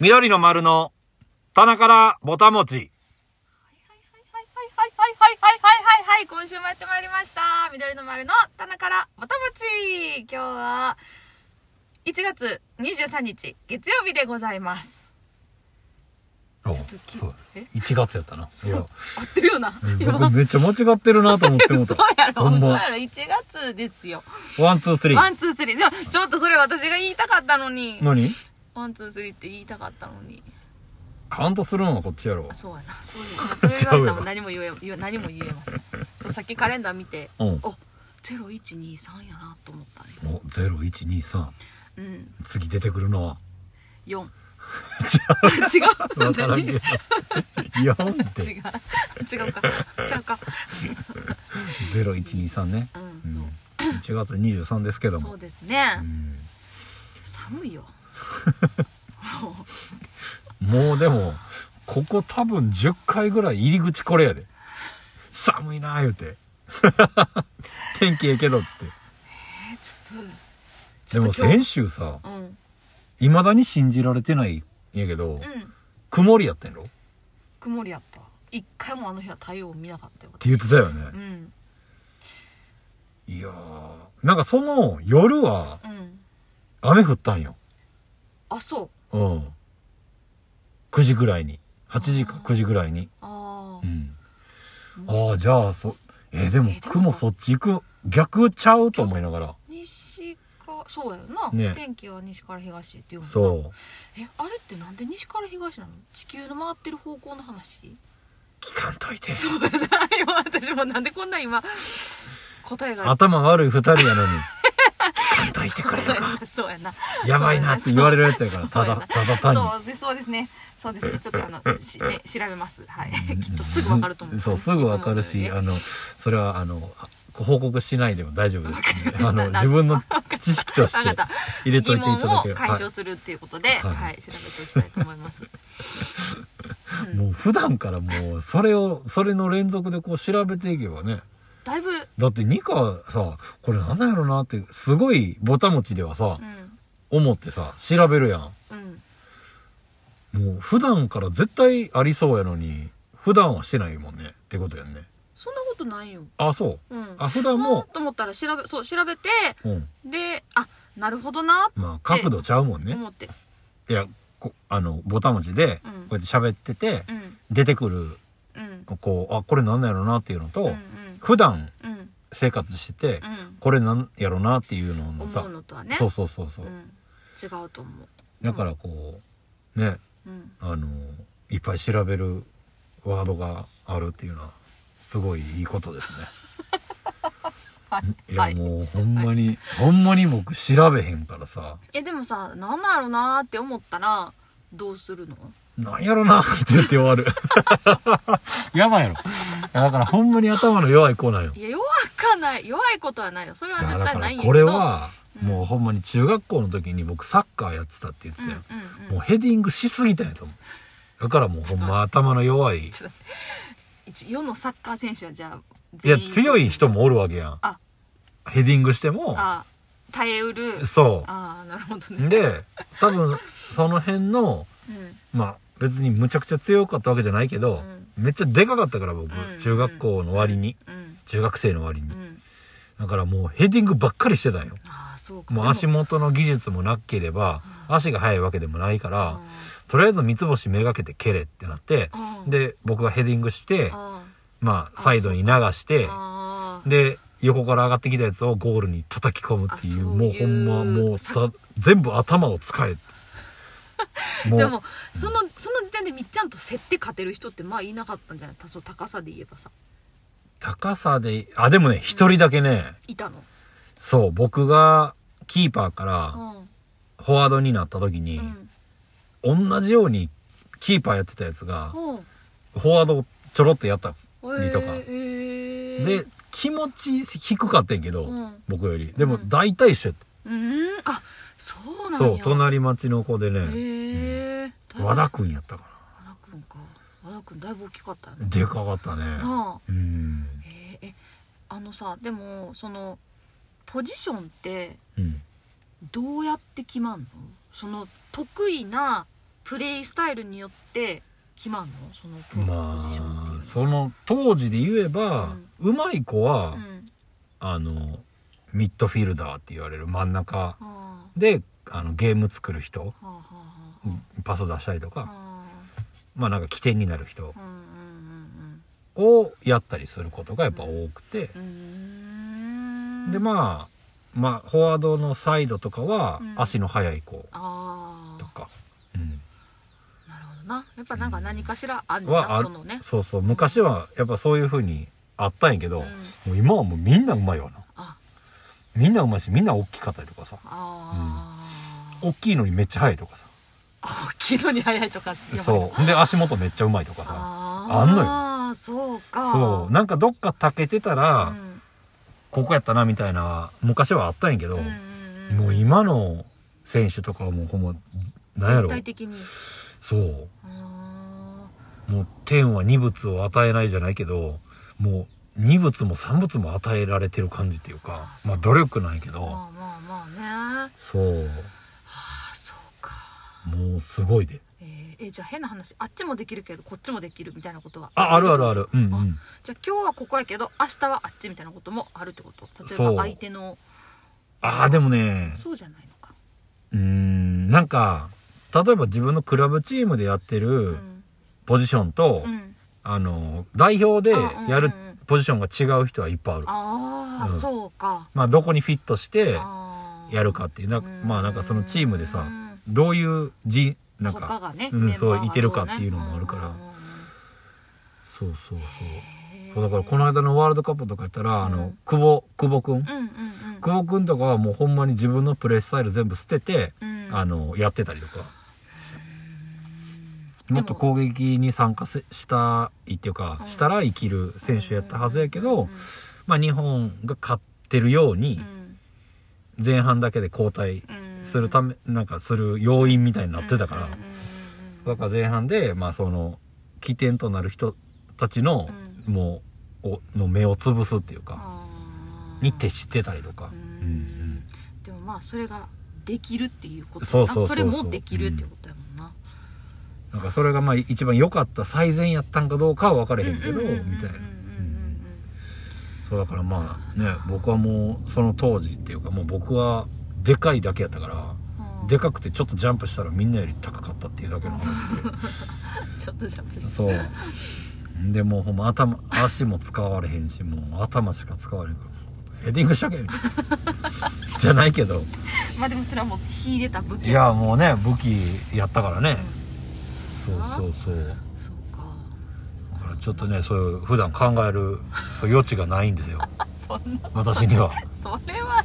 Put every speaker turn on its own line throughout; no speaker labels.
緑の丸の棚からぼたもち。
はいはいはいはいはいはいはいはい、今週もやってまいりました。緑の丸の棚からもたもち。今日は1月23日月曜日でございます。
お
ちょっとき
そう
え
1月やったな。
そう
いや
合ってるよな。
うん
今
僕めっちゃ間違ってるなと思ってもう
嘘
た。
やろ、
ほん
嘘
ま
やろ、1月ですよ。
ワン、ツー、スリ
ワ
ー。
ン、ツー、スリー。でも、ちょっとそれ私が言いたかったのに。
何
ワン、ツー、スリーって言いたかったのに。
カウントするのはこっちやろ
あ。そうやな。そういう のそれ言われたらもう何も言え、言え何も言えません。そう、さっきカレンダー見て、
うん。
お、0123やなと思ったね。
もうゼロ一二三。
うん、
次出てくるのは。
4。
じゃ
違う。
あ、わからんけど。四っ
違
て。
う。違うか。違うか。
ゼロ一二三ね。
う
うんん。1月23ですけ
そ
ど
う。
も。
そうですね。
うん
寒いよ。
もうでも、ここ多分10回ぐらい入り口これやで。寒いなあ言うて。 天気ええけどっつっ
え、ちょっ
て。
と。
でも
ちょっと
先
今日
週さ、
うん。
未だに信じられてないんやけど、
うん。
曇りやったんやろって
曇りやった。一回もあの日は太陽を見なかったよ。
言ってたよね
う。ん。
いやー、なんかその夜は
うん。
雨降ったんよ。
あ、そう。
うん。9時ぐらいに。8時か
あー
9時ぐらいに。
あ
う
あ。
ん。ああ、じゃあ、そ、えーでも
えーで
雲
もさ
そっち行く、逆ちゃうと思いながら。
西か、そうやよな。
ね
天気は西から東って言うもんな
そう。
え、あれってなんで西から東なの地球の回ってる方向の話
聞かんといて。
そうやな。今私もなんでこんな今、答えが。
頭悪い二人やの に。聞かんといてくれ
そ
る
うや
か。
な。そうやな。
やばいなって言われるやつやから、
そう
た
や
だ、
な
ただ単に。
そうですそうですねそうですねちょっとあ のし、ね、調べますはい きっとすぐわかると思う
そう、すぐわかるし、あの、それは、あの、報告しないでも大丈夫です、
わかりまし
あ
た
の、自分の知識とし
あな
て
た
入れと
疑
いてい
問
ただ
を
ければ。
解消
は
するっていうことで、
は
はいい調べておきたいと思います、
いもう普段からもう、それを、それの連続でこう調べていけばね。
だいぶ、
だって、ニカさ、これなんなんやろなって、すごいボタ持ちではさ
う、ん
思ってさ、調べるやん。
うん、
もう普段から絶対ありそうやのに、普段はしてないもんね。ってことやんね。
そんなことないよ、
あ、そう。
うん、
あ、普段
も
も
う、と思ったら調べそう調べて
うん。
であなるほどなって
まあ、角度ちゃうもんね。
思って、
いや、こあの、ボタン持ちで、
う
こ
ん
うやって喋ってて、
うん
出てくる、
うん
こう、あ、これなんなんやろなっていうの
うんう
と、
ん
普段
うん
生活してて
う、ん
これなんやろなっていうのの
思
さ
う、のとはね
そうそうそうそうう。
ん、違うと思
だからこう、ね、
う、うん、
あの、いっぱい調べるワードがあるっていうのは、すごいいいことですね。いや、
はい
もうほんまに、ほんまに僕調べへんからさ、
えでもさ何なんやろなーって思ったらどうするの
なんやろなって言って終わる。 やばいやろ。いやだからほんまに頭の弱い子なんよ。い
いや弱かない弱いことはないよそれは
や
絶
だ
対
か
な
ら
いんやけど
これは、
うん
もうほんまに中学校の時に僕サッカーやってたって言って
うん
た
うん
よ、
う
も
ん
うヘディングしすぎたんやと思う。だからもうほんま頭の弱い。い
ちょっと一世のサッカー選手はじゃあ
や、強い人もおるわけやん
あ。
ヘディングしても、
あ耐えうる
そ
ああなるほど
う。
ね
で、多分その辺の、
うん
まあ別にむちゃくちゃ強かったわけじゃないけど、めっちゃでかかったから僕、
うん
中学校の割に、
うん
中学生の割に、
うん
だからもうヘディングばっかりしてたんよ
ああそうか
もう足
も
元の技術もなければ
うん
足が速いわけでもないから
あ
とりあえず三つ星めがけて蹴れってなって
あ
で僕がヘディングして
あ
まあ
あ
サイドに流して
ああ
で横から上がってきたやつをゴールに叩き込むっていう
あそう
もうほんま
いう
もうた全部頭を使えもう
でもそのその時点でみっちゃんと競って勝てる人ってまあいなかったんじゃない多少高さで言えばさ
高さであでもね一人だけね、
いたの
そう僕がキーパーから、
うん
フォワードになった時に
う、ん
同じようにキーパーやってたやつが、
うん
フォワードをちょろっとやった。
え
とかで、気持ち低かったんやけど、
うん
僕より。でも
うん
大体一緒やっ
うんあそう
た。
なんや
そう、隣町の子でね、
へえ
和田くんやったか
和田くんか和田くんだいぶ大きかったよ
ら。
ね
でかかったね。
なあ
うん。
へええあのさでもそのポジションって
うん。
どうやって決まんのその得意なプレイスタイルによって決まんのそのポ
ま
ジションっていうの
あその当時で言えば、うまい子は、
うん
あのミッドフィルダーって言われる真ん中
あ
であのゲーム作る人
あはあは
パス出したりと
あは
か、
あ
まあなんか起点になる人
あーうん
をやったりすることがやっぱ多くて
うんうんう、んうーん
でまあまあフォワードのサイドとかは
うん
足の速い子
あ
とか、うん
あなるほどなやっぱなんか何かしらあんねん
は
な
あ
そのね
そうそう昔はやっぱそういう風にあったんやけど、
うん
もう今はもうみんなうまいわな
あ
みんなうまいしみんな大きかったりとかさ
あー
大きいのにめっちゃ速いとかさ
大きいのに早いとかやばいな
そうで足元めっちゃうまいとかさ
あ
あんのよ
ああそうか
そうなんかどっかたけてたら、
うん
ここやったなみたいな昔はあったんやけど、
うんんん
もう今の選手とかはもうほんま何や
全
ろ
体的に
そう
あ
もう天は二物を与えないじゃないけどもう二物も三物も与えられてる感じっていうかまあ努力なんやけ
ー
ど
まあまあまあね
そう
あそうか
もうすごいで
えーえーじゃあ変な話あっちもできるけどこっちもできるみたいなことは
ああるあるあるうんう
あ
ん
じゃあ今日はここやけど明日はあっちみたいなこともあるってこと例え
そう
ば相手の
ああでもね
そうじゃないのか
うーんなんか例えば自分のクラブチームでやって
う
る
ん
ポジションと、
うん
あの代表で
あうんうんうん
やるポジションが違う人はいっぱいある
ああ
うん
そうか
まあどこにフィットして
あー
やるかっていうな
うん
まあなんかそのチームで
う
さ
ん
どういうじなん
他
か
がね
うん
メンバーが
そういてるかっていうのもあるから
どうねうんうんうん
そうそうそう
へー
そうだからこの間のワールドカップとかやったら、あ
う
の
ん
久保久保君、ん、
うんうんうん
久保君とかはもうほんまに自分のプレースタイル全部捨てて、
うん
あのやってたりとか、もっと攻撃に参加せしたいっていうか、
うん
したら生きる選手やったはずやけど、
うん
まあ、日本が勝ってるように
うん
前半だけで交代
うん
するため、なんかする要因みたいになってたから、
うんうんうんうん
だから前半で、まあ、その起点となる人たちの、もうおの目を潰すっていうか。
あー
に徹してたりとか、
う
うん
んでもまあそれができるっていうこと
そう
な
そうそうそう
それもできるってことやもんな、
なんかそれがまあ一番良かった最善やったんかどうかは分かれへんけど
うんうんうんうん
みたいな、
うん
そうだからまあね僕はもうその当時っていうかもう僕はでかいだけやったから
うんうん
でかくてちょっとジャンプしたらみんなより高かったっていうだけの話で
ちょっとジャンプして
そうでもうほんま頭足も使われへんしもう頭しか使われへんからヘディングしとけみたいなじゃないけど
まあでもそれはもう秀でた武器
いやもうね武器やったからね、
う
そ
ん
うそうそう
そうか
だからちょっとねそういう普段考えるそう余地がないんですよ
そんな
私には
そ れは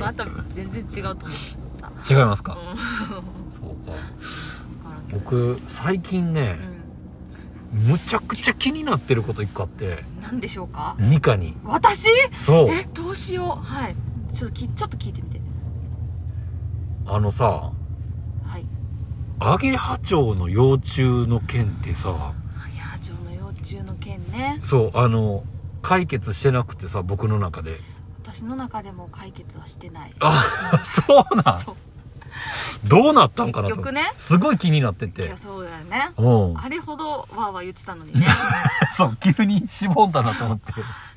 また全然違うと思うけど
違
さ、
いますか、
うん、
そうか
分からんけど
僕最近ね、むちゃくちゃ気になってること一個あって
うん、何でしょうか
ニカに
私
そう
えどうしようはいちょっときちょっと聞いてみて
あのさ
はい
アゲハチョウの幼虫の件ってさ
いやジョの幼虫の件ね
そうあの解決してなくてさ僕の中で
私の中でも解決はしてない
あそうなん
そう
どうなったんかなと
結局ね
すごい気になって
い
て
やそうだよね
うん
あれほどわーわー言ってたのにね
そう急に絞んだなと思って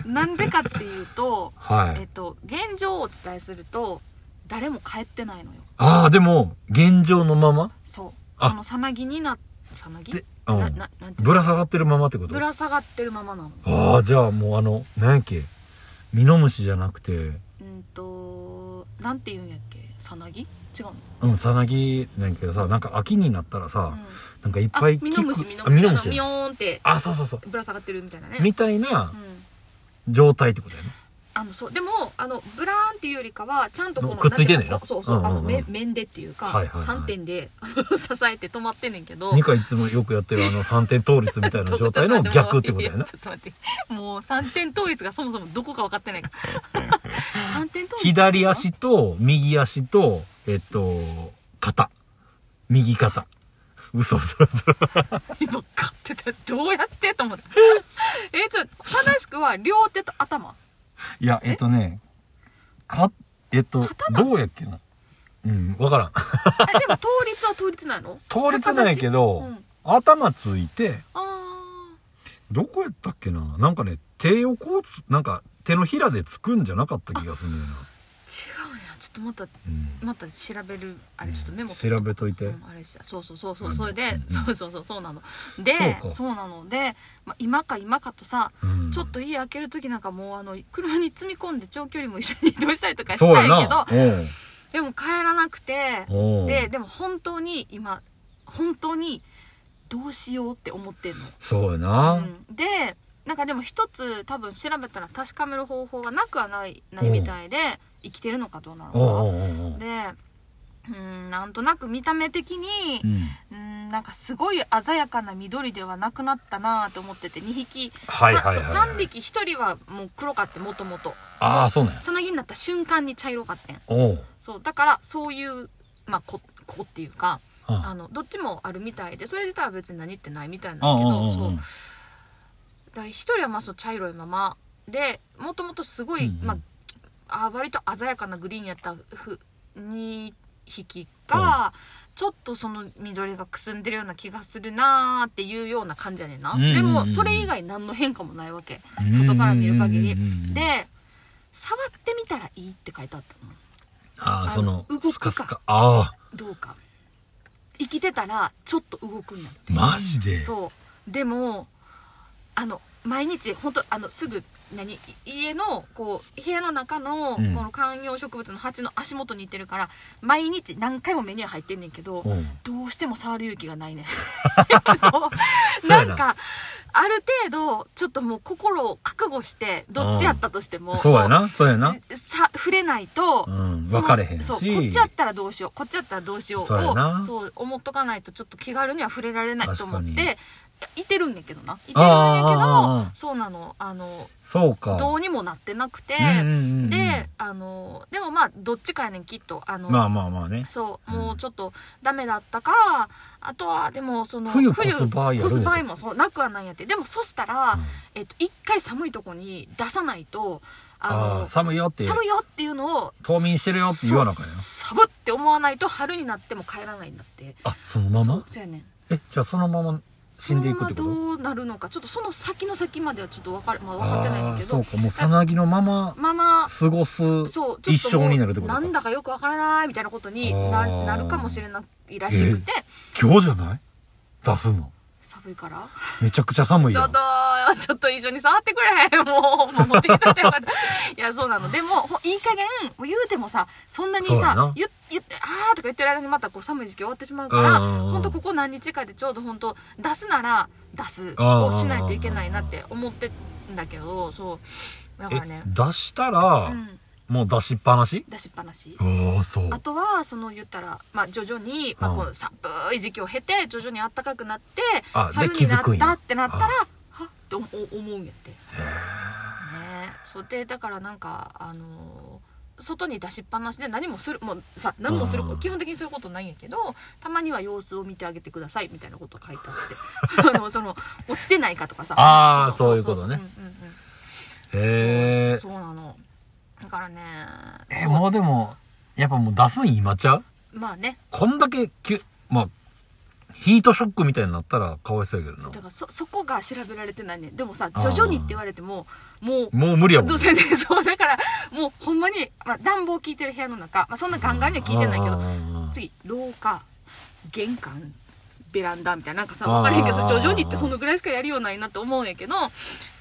なんでかっていうと
はい
えっと現状をお伝えすると誰も帰ってないのよ
ああ、でも、現状のまま
そう
あ
そのさなぎになさなぎ
で、う。
ななんななんていうの
ぶら下がってるままってこと
ぶら下がってるままなの
ああ、じゃあもうあの、何やっけミノムシじゃなくて、
うんとなんていうんやっけさなぎ違うの、
うん、さなぎなんやけどさ、なんか秋になったら
う
さ、
ん
なんかいっ
あ
ぱい
ミノムシミノ
あ、
ム
ミ
シ
ノ
あ
ム
のミ
シ
ヨ。ーンって
あ、そうそうそう。
ぶら下がってるみたいなね
みたいな
うん
状態ってことやね。
あのそうでもあのブラーンっていうよりかはちゃんとこの
くっついてんねん
な
なん
かそうそう、
うんうんうん
あのめ面でっていうか、
はいはいはい
3点であの 支えて止まってんねんけど
ニカいつもよくやってるあの3点倒立みたいな状態の
どこ
逆ってことや
い
ね
ち。ょっと待ってもう3点倒立がそもそもどこか分かってないから 3点倒立
左足と右足と、えっと、肩。右肩。嘘嘘嘘。
今ガッてたどうやってと思ってえちょ正しくは両手と頭
いや、えっとね、か、えっと、どうやっけな。うん、わからん。
えでも倒立は倒立なの
倒立なんやけど、
逆立ちうん
頭ついて、
あ
どこやったっけななんかね、手をこうつ、なんか手のひらでつくんじゃなかった気がするんだよな。
ー違うんやちょっとまた
うん。
また調べるあれちょっとメモ
調べといて。
うんあれしたそうそうそうそう
うん
それ
う
で
ん
そうそうそうそうなので
そうか
そうなので、まあ、今か今かとさ
うん
ちょっと家開ける時なんかもうあの車に積み込んで長距離も一緒に移動したりとかし
そう
た
や
いけど
な。
でも帰らなくて
おうおう
ででも本当に今本当にどうしようって思ってんの、
そうや
う
な。
ん、でなんかでも一つ多分調べたら確かめる方法がなくはないないみたいで生きてるのかどうなのか
おうおうおうおう。
でうんなんとなく見た目的に
うん。
うんなんかすごい鮮やかな緑ではなくなったなと思ってて2匹、
はいはいはい
さ
はい。
そう3匹1人はもう黒かってもともと
ああ、そうなんや。
さなぎになった瞬間に茶色かってん
おう。
そうだからそういうまあ子子っていうかあ
あ
のどっちもあるみたいでそれ自体は別に何ってないみたい
あ、
なんだけどそう
うんうん
だから1人はまあその茶色いままでもともとすごい、
うんうん
まあ、あ割と鮮やかなグリーンやったふ2匹が、ちょっとその緑がくすんでるような気がするなーっていうような感じやねんな、
うんうんうんうん
でもそれ以外何の変化もないわけ、
うん。
外から見る限り
うんうんうんうん、
で触ってみたらいいって書いてあったの
ああ、
あ
その
の動、く
ス
か
カスカ。ああ、
どうか生きてたらちょっと動くんやって
マジで。
そうでもあの毎日本当あのすぐ何い家のこう部屋の中のこ
うん
の観葉植物の鉢の足元に行ってるから毎日何回も目には入ってんねんけど
うん。
どうしても触る勇気が ないねんそう
そうや
な
なん
かある程度ちょっともう心を覚悟してどっちやったとしても
そうやな、そうやな。
そうさ触れないと、
うん、
その
分かれへんし。
そうこっちやったらどうしようこっちやったらどうしよう
そうやな
をそう思っとかないとちょっと気軽には触れられないと思っ
確かに
ていてるんやけどないてるんや
あーあーあ
けどそうなのあの
そうか。
どうにもなってなくて、
うんうんうんうん
で、あのでもまあどっちかやねんきっとあの、
まあまあまあね。
そう
うん
もうちょっとダメだったか、あとはでもその
冬越す場合ある
冬
よ
越す場合もそうなくはないんやってでもそしたら、
うん
えっと、一回寒いとこに出さないと
ああ、寒いよって、
寒いよっていうのを
冬眠してるよって言わなあかんよ
そう。サブって思わないと春になっても帰らないんだって
あ、そのま
そう
ま
そうやねん
え、じゃあそのまま死んでいくってこ
その
と
ままどうなるのかちょっとその先の先まではちょっと分か,、まあ、分かってないん
あ
だ
あ
け
ー、そ
ど
うか。もうさなぎのまま
まあまあ
過ごす。
そう
一生になるって
と
ことか
なんだかよく分からないみたいなことに
あ
な
ー
なるかもしれないらしくて、
今日じゃない出すの。
寒いから
めちゃくちゃ寒い
ちょ
よ
っ。とちょっと一緒に触ってくれへんもう守ってきといてよかった いやそうなのでもほいい加減もう言うてもさそんなに
そうや
さ
な
言言ってあーとか言ってる間にまたこう寒い時期終わってしまうから
うんうんうん
ほんとここ何日かでちょうど本当出すなら出す
うんうんうん
をしないといけないなって思ってんだけどそうだから
え
ね、
出した
う
ら、
ん、
もう出しっぱなし
出しっぱなし。
ああ、そう。
あとはその言ったら、まあ、徐々に、まあ、こ
う
うん寒い時期を経て徐々に暖かくなって
あで
春になっ
気づくん
た
や
ってなったら
あ
はっって思うんやって。
へー
ねそうでだからなんかあのー外に出しっぱなしで何もするもうさ何もする
うん
基本的にすることないんやけどたまには様子を見てあげてくださいみたいなこと書いてあって あのその落ちてないかとかさ
あーそういうことね
うんうんうん
へえ
そうなのだからね
え、
そう
もうでも、やっぱもう出すん今ちゃう
まあね
こんだけきゅ、まあ、ヒートショックみたいになったらかわいそうやけど
だ
な。
からそそこが調べられてないねでもさ
あ
徐
ー
々にって言われてももう
もう無理やもん
どう
ね。
せね、 そうだからもうほんまに、まあ、暖房効いてる部屋の中、まあ、そんなガンガンには効いてないけど
ど
次廊下玄関ベランダみたいななんかさ
あー
分からへんけど徐々にってそのぐらいしかやるようないなって思うんやけど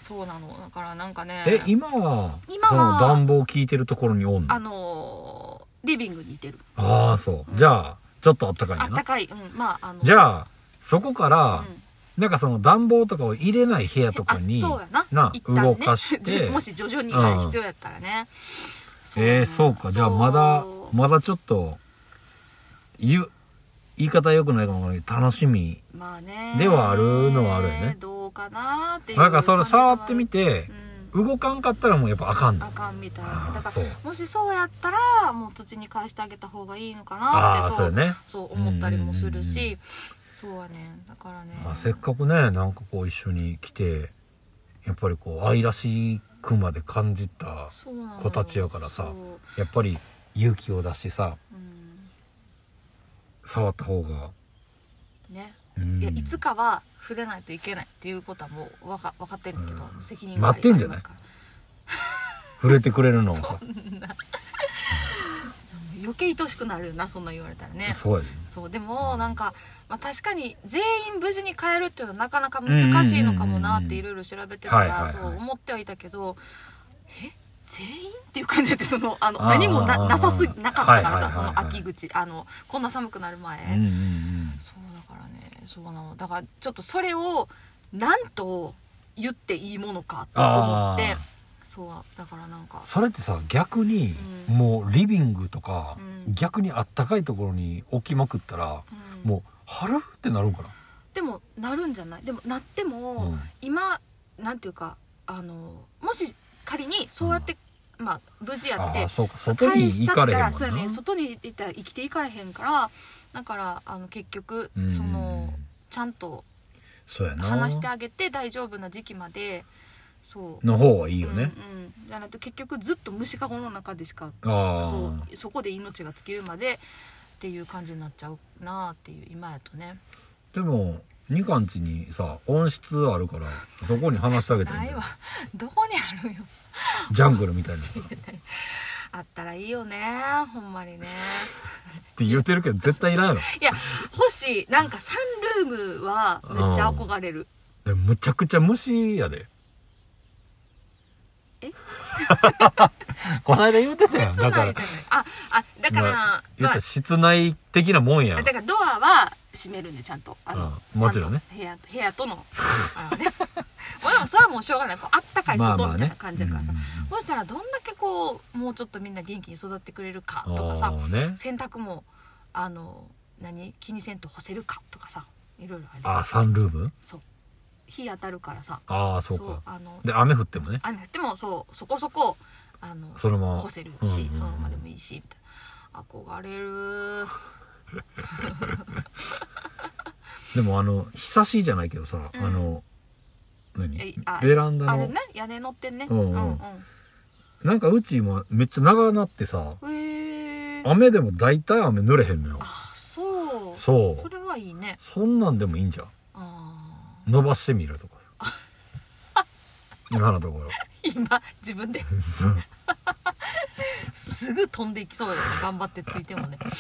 そうなのだからなんかね
え、今は、
今は
その暖房効いてるところにおんの
あ
あ
のーリビングにいてる
あー、そう。じゃあ、ちょっとあったかい
あ
な
った。かい、うん、まああの
じゃあ、そこか
あ
ら、なんかその暖房とかを入れない部屋とかに、
そうやな
な
一旦ね
動か して
もし徐々にが必要やったらね、そなの
えー、そうか。じゃあまだ
そ、う
まだちょっと、言う、言い方良くないかもわからないけど楽しみ。
まあね
ではあるのはあるよね
どうかなっていう
なんかそれ触ってみ
て、
て
う、ん
動かんかったらもうやっぱあかんの
あ。かんみたい
あ
な
ー
だか
そう
らもしそうやったらもう土に返してあげた方がいいのかな
あ
っ
あ
て
ー、
そ
そううやね。
そう思ったりもする
うんうんうんう
しそうはねだからね、
まあ、せっかくねなんかこう一緒に来てやっぱりこう愛らしくまで感じた
そうなのよ
子たちやからさ
そう
やっぱり勇気を出してさ
うん
触った方が、
ね
うん
いやいつかは触れないといけないっていうことはもう分か分かってるけど、
うん
責任があり
待ってんじゃない
ありますから
触れてくれるのもさ
そう余計愛しくなるよなそんな言われたらね
そうやで
そうでもなんか、まあ、確かに全員無事に帰るっていうのはなかなか難しいのかもなっていろいろ調べてた
はいはいは
ら
い
そう思ってはいたけどえ全員っていう感じでそのあの
あー
何もななさすぎなかったから
はいはいは
さ
い
そ
はい
の秋口あのこんな寒くなる前、
うんうん
そうだからねそうなのだからちょっとそれをなんと言っていいものかと思って
あー
そうだからなんか
それってさ逆に
うん
もうリビングとか、
うん
逆にあったかいところに置きまくったら、
うん
もう春ってなるんか
でもなるんじゃないでもなっても、
な、うん
今なんていうかあのもし仮にそうやって、まあ無事やっ
あ
て
あそうか外に
返しち
行
ゃった
かれへんもん
ら
な
そうやね外にいたら生きていかれへんからだからあの結局
うん
そのちゃんと
そうやな
話してあげて大丈夫な時期までそう
の方はいいよ
うんう
ね、
ん、じゃないと結局ずっと虫かごの中でしか
ああ
そうそこで命が尽きるまでっていう感じになっちゃうなっていう今やとね
でもニカンチにさ温室あるからそこに話してあげてみ
な
て
いわ どこにあるよ
ジャングルみたいなっ
あったらいいよねほんまにね
て言うてるけど絶対いらんやろ
いや欲しいなんかサンルームはめっちゃ憧れる
でもむちゃくちゃ虫やで
え
こないだ言うてた
室
やん
内じ
だ
ゃ
か
ない
ら
ああだから、
まあ言
ま
った
あ
ら室内的なもんやん
だからドアは閉めるんでちゃんとあの、
うんもちろんね
ゃと部屋部屋とのあのね まあでもそれはもうしょうがないこうあったかい
まあ
外
まあ
みた
ね
いな感じだからさ、
うん
そうしたらどんだけこうもうちょっとみんな元気に育ってくれるかとかさ
ああね
洗濯もあの何気にせんと干せるかとかさいろいろある
ああサンルーム
そう日当たるからさ
ああそうか
あの
で雨降ってもね
雨降ってもそうそこそこあの
そのまま
干せる
うん
し、
うんうん
そのままでもいいしみたいな憧れる
でもあの久しいじゃないけどさ、
うん
あの何
えあ
ベランダ
あれ
の
ね屋根乗ってんね
うんうん
うん
なんかうち今めっちゃ長なってさ
うんへえ
雨でも大体雨濡れへんのよ
あそう
そう
それはいいね
そんなんでもいいんじゃん
あ
伸ばしてみるとか今のところ
ー今自分ですぐ飛んでいきそうだよね頑張ってついてもね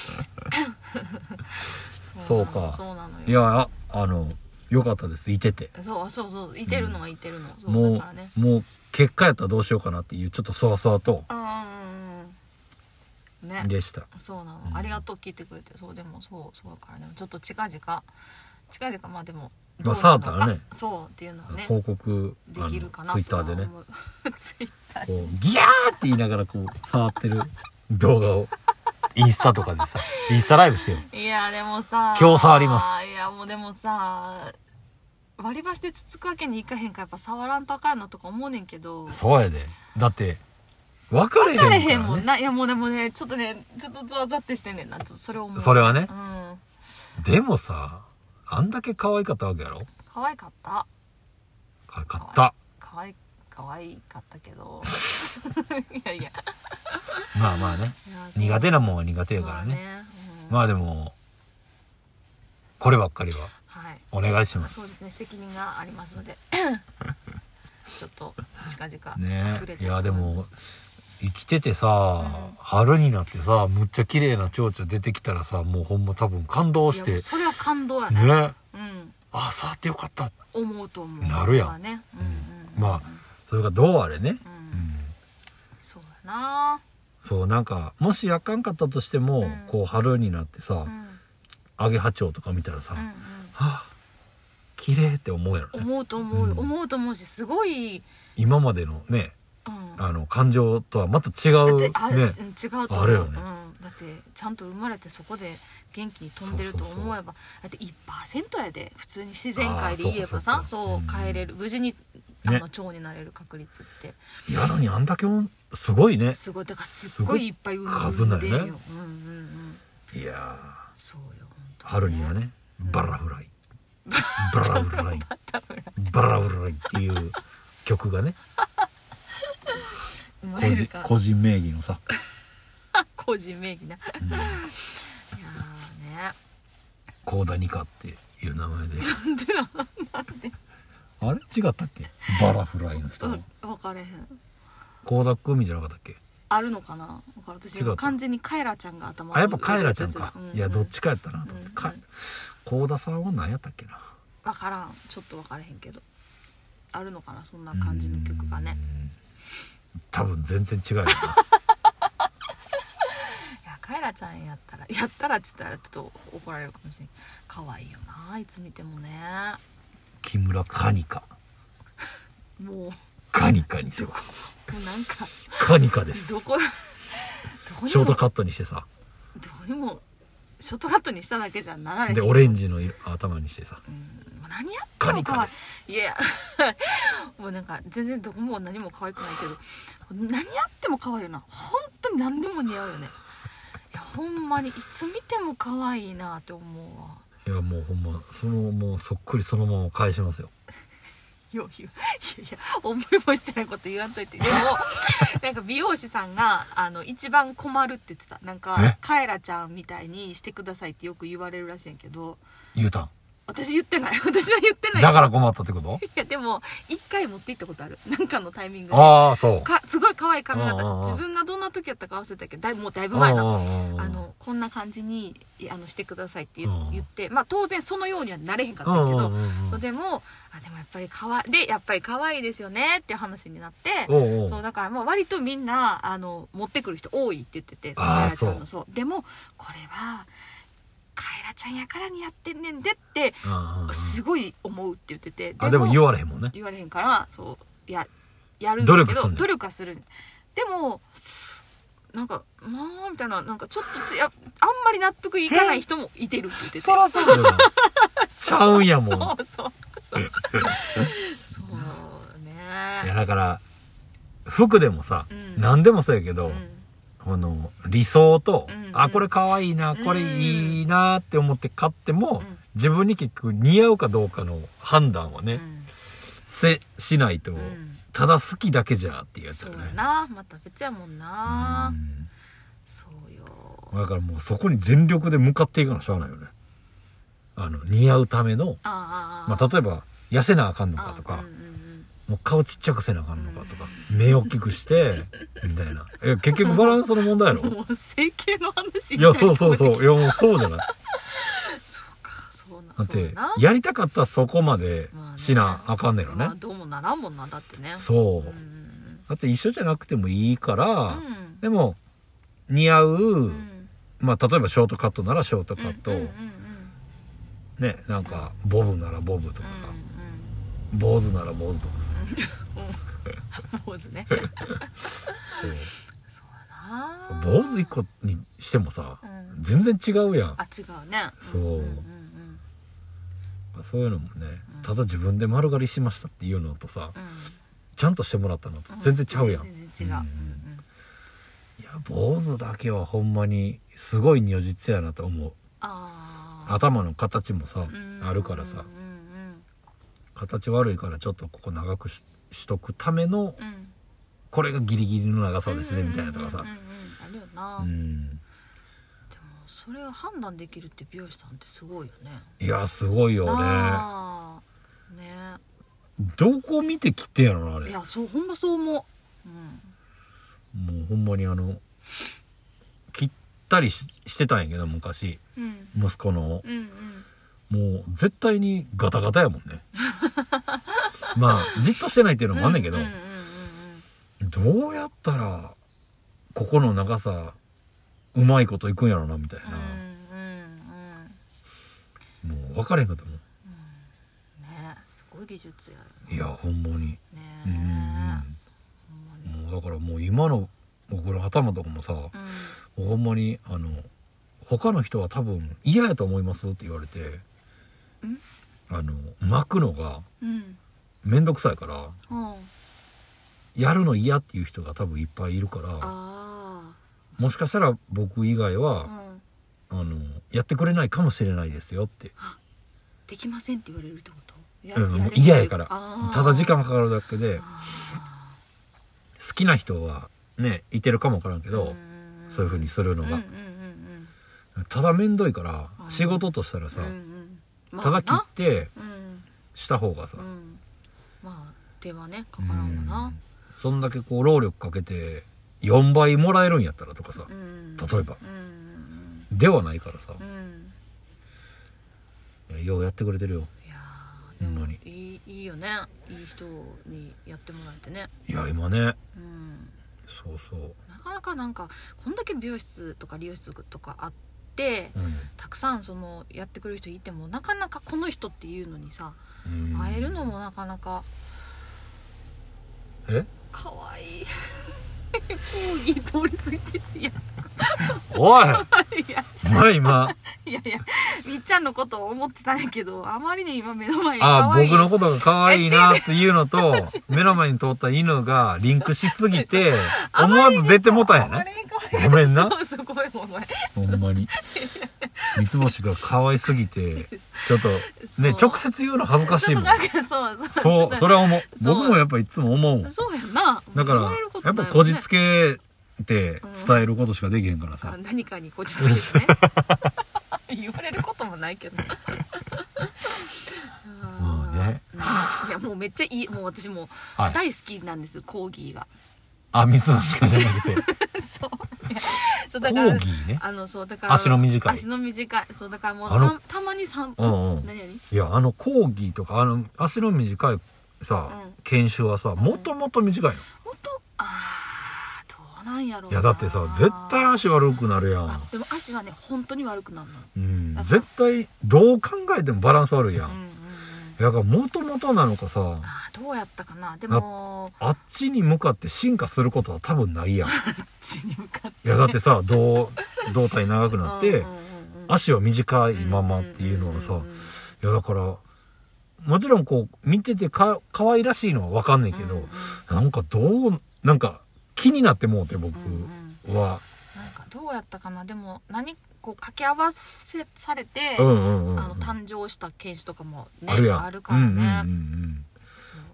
そう
なの
か
そうなのよ
いやああのよかったですいてて
そうあそうそういてるのはいてるの、そう
も
だからね
うもう結果やったらどうしようかなっていうちょっとそわそわと
うんうんうんうんね
でした
そうなの、
うん
ありがとう聞いてくれてそうでもそうそうだからねちょっと近々近々まあでも
まあ
どうなの
サーターね
かそうっていうのはね
報告
で
あのツ
き
イ
るかなと
ッターでね
は思う ツイッター
こうギャーって言いながらこう触ってる動画 をインスタとかでさインスタライブしてよ
いやでもさ
今日触ります
いやもうでもさ割り箸でつつくわけにいかへんからやっぱ触らんとあかんなとか思うねんけど
そうやでだって分かれへん
分かれへん
から
もん
ね
ないやもうでもねちょっとねちょっとざわざってしてんねんなちょっとそれを思う
それはね
うん
でもさあんだけ可愛かったわけやろ
可愛かった
かかった
可愛い可愛かったけ どいやいや
まあまあね
いやそう
苦手なもんは苦手やからね
まあね
まあでもこればっかりは
うんはい
お願いしま
あ
す
そうですね責任がありますの でちょっと近々
ね
触れ
い
て
やで
と思いま
も
す
生きててさ、
うん
春になってさむっちゃ綺麗な蝶々出てきたらさもうほんま多分感動し
いや
て
もうそれは感動やね
ね
うん
あ触ってよかった
思うと思う
なるやん
そこはねうんうんうん
まあそれがどうあれね、
う
うんん、
そうだな
そうなんかもしあかんかったとしても、
うん
こう春になってさ、
うん
アゲハチョウとか見たらさ、
うん
はあ綺麗って思うや
う
ろ
ん
ね
思うと思うよ
うん
思うと思うしすごい
今までのね
うん
あの感情とはまた違
だっ
う
て
ね
あれ、うん違うと思う
あれよね
うん、だってちゃんと生まれてそこで元気に飛んでると
そうそうそう
思えばだって1%やで普通に自然界で言えば
あ
さ
ー
そ
そう
う
かそうか
帰れる無事にあの
ね
腸になれる確率って
やのにあんだけおんすごいね
すごいだからすっごいいっぱい
数
産
なんん
で
や
るよ、
ね
うんうんうん
いや
そうよ
ー春にはねバラフライバラフ ライバラフライっていう曲がね
生ま
個
れる
人
か
個人名義のさ、
個人名義ないや
うん
ーね
高田ニカっていう名前であれ違ったっけバラフライの人
うん分かれへん
高田久美じゃなかったっけ
あるのかな分かる私
違う
完全にカエラちゃんが頭
あやっぱカエラちゃんか
うん
いやどっちかやったなと思っ
う
て
ん
か高田さんは何やったっけな
分からんちょっと分からへんけどあるのかなそんな感じの曲がね
うん多分全然違うよ ない
やカエラちゃんやったらやったらっつったらちょっと怒られるかもしれん可愛いよないつ見てもね
木村カニカ
もう
カニカにしよう
もうなんか
カニカです
どこどこに
ショー
も
ト
どこ
カットにしてさ
にもショートカットにしただけじゃなられへん
でオレンジの色頭にしてさ
うんもう何やった
カ
の
ニ
か
カ
は
です
いや もうなんか全然どこも何も可愛くないけど何やっても可愛いよな本当に何でも似合うよねいやほんまにいつ見ても可愛いなって思うわ
いやもうほんまそのもうそっくりそのまま返しますよ
よいやいやいや思いもしてないこと言わんとい てでもなんか美容師さんがあの一番困るって言ってたなんか
え
カエラちゃんみたいにしてくださいってよく言われるらしいんやけど
U タ
私言ってない私は言って
ー
な
ン
い
だから困ったってこと
いやでも一回持って行ったことあるなんかのタイミングで
ああそう
かすごい可愛い髪型
うんうんうん
自分がどんな時やったか忘れたけどだいもうだいぶ
うんうん
前の
うんうん
あのこんな感じにいあのしてくださいって言,、
うん
言ってまあ当然そのようにはなれへんか
う
ったん
ん
や
う
けど、
んうんうん
でもあでもやっぱりかわでやっぱり可愛いですよねっていう話になって
おうおう
そうだからもう割とみんなあの持ってくる人多いって言ってて
あー
カエラちゃんのそうでもこれはカエラちゃんやからにやってんねんでって
うんうんうん
すごい思うって言ってて
あでも言われへんもんね
言われへんからそうややるん
努
だ
力す
け
ん
ど
ねん
努力はするでもなんか「まあ」みたいななんかちょっとついやあんまり納得いかない人もいてるって言ってて
そら そうだよちゃうんやもん
そうそうそうそう
いや
ね
だから服でもさ、
うん
何でもそうやけど、
うん
この理想と、
うん
あこれ可愛いな
うん
これいいなって思って買っても、
うん
自分に結局似合うかどうかの判断はね、
うん
せしないと、
うん
ただ好きだけじゃっていうやつ
そ
よ
う
ね
やなまた別やもんな
う
そうよ
んだからもうそこに全力で向かっていくのはしゃあないよねあの似合うための、
ああ
まあ、例えば痩せなあかんのか
あ
と
あ
か
うんうんうん
もう顔ちっちゃくせなあかんのかとか、目大きくしてみたいなえ結局バランスの問題やろ
もう整形の話
いや、そうそう そう。い
よ
や、もうそうじゃない。
そうかそうな
だっ
そうや
て
な、
やりたかったらそこまでしなあかんねやろね
まあ。どうもならんもんなだってね
そうう。
ん
だって一緒じゃなくてもいいから、
うん
でも、似合う、
うんうん
まあ、例えばショートカットならショートカット、
うんうんうん
ね、なんか、ボブならボブとかさ、
う
坊主なら坊主とか
んうん坊主 ね
さ、
そうやな
そう。坊主一個にしてもさ
う、ん
全然違うやん
あ。違うね
そうん
んん
そういうのもね
うん、
ただ自分で丸刈りしましたっていうのとさ、
うん
ちゃんとしてもらったのと
うん
全然ちゃうやん。
全然
うん
違ううんうん
いや坊主だけはほんまにすごい如実やなと思う
あー
頭の形もさ
うん
あるからさ
うん
形悪いからちょっとここ長くししとくための
うんうん
これがギリギリの長さですねみたいなとか
う
さ
んうんうんあるよな、
う
でも
ん
それを判断できるって美容師さんってすごいよね
いやすごいよね
なあね
どこ見てきてんやろなあれ
い
も
やそうほんまそう思う、うん、
うほんまにあの切ったりししてたんやけど昔
うん
息子の
うんうん
もう絶対にガタガタやもん ねまあじっとしてないっていうのもあんねんけど、
うんうんうんうん
どうやったらここの長さうまいこといくんやろなみたいな、
うんうんうん
もう分かれへんかったもん
ねすごい技術やる
いやほんまに
ね
うんうん
ほんま
う
に
んもうだからもう今の僕の頭とかもさも
うん
うほんまにあの他の人は多分嫌やと思いますって言われてあの巻くのが
うん
面倒くさいから
うん
やるの嫌っていう人が多分いっぱいいるから
あ
もしかしたら僕以外
あう
は、
ん
あのやってくれないかもしれないですよって
できませんって言われるってこといや
うん
れ
もう
る
嫌やから
あー
ただ時間かかるだけで
あ
好きな人はねいてるかもわからんけ
ー
ど、
ん
そういう風にするのが、
うんうんうんうん
ただめんどいから
あー
仕事としたらさ、
うんうんま
ただ切って
うん
した方がさ、
うんまあ手はねかからんわ
う
なん
そんだけこう労力かけて4倍もらえるんやったらとかさ、
うん
例えば
うん
ではないからさ
うんう、ん
いやようやってくれてるよ
いや
ほ
ーで
んま
も
に
いいいいよねいい人にやってもらえてね
いや今ね
うん
そうそう
なかなかなんかこんだけ美容室とか理容室とかあって
うん、
たくさんそのやってくれる人いてもなかなかこの人っていうのにさ
うん
会えるのもなかなか
え
かわいい 講義通り過ぎていや
おい
いや
お前今
いやいやみっちゃんのことを思ってたんやけどあまりに今目の前に
あ
可愛い
僕のことが可愛いなっていうの と目の前に通った犬がリンクしすぎて思わず出てもたんや
あま
ね
りに可愛い
ごめんな
そうそうごめんごめん
ほんまに三つ星が可愛すぎてちょっとね
そう
直接言うの恥ずかし
ち
い
ょ
も
っと
ん
なんかそうそう
そうそれは思う
そう
僕もやっぱいつも思うもん
そうやんな
だか
言
ら
われると
やっ
な
ぱ
い
こ
もんね
じつけて伝えることしかできへんから
あ
さ
何かにこじつけてね 言われることもないけど
まあね
あーうんいやもうめっちゃいいもう私もう
はい
大好きなんです、コー ギーが
あ三つ星かじゃなく て
そうそう
コ
だから
ーギーね
あのそうだから
足の短い
足の短いそうだからもう
あの
さたまに散
う
歩、
んうん
何何
いやあのコーギーとかあの足の短いさ、
うん
犬種はさもともと短いの、
もっとあーどうなんやろう
い
い
やだってさ絶対足悪くなるや
あ
ん、
でも足はね本当に悪くなるの
うん
あ、
絶対どう考えてもバランス悪いやん、
うんうんうん
だからもともとなのかさ
あーどうやったかなでも
あっちに向かって進化することは多分ないやんい
地に向かって
やだってさ胴胴体長くなって、
うんうんうんうん
足は短いままっていうのがさ、
うんうんうんうん
いやだからもちろんこう見ててか可愛らしいのはわかんないけど、
うんうん
なんかどうなんか気になってもうて僕
うんうん
は、
なんかどうやったかなでも何こう掛け合わせされて、
うん、うんうんうん
あの誕生した犬種とかも、ね、
あるやん
からね、
うんうんうんうん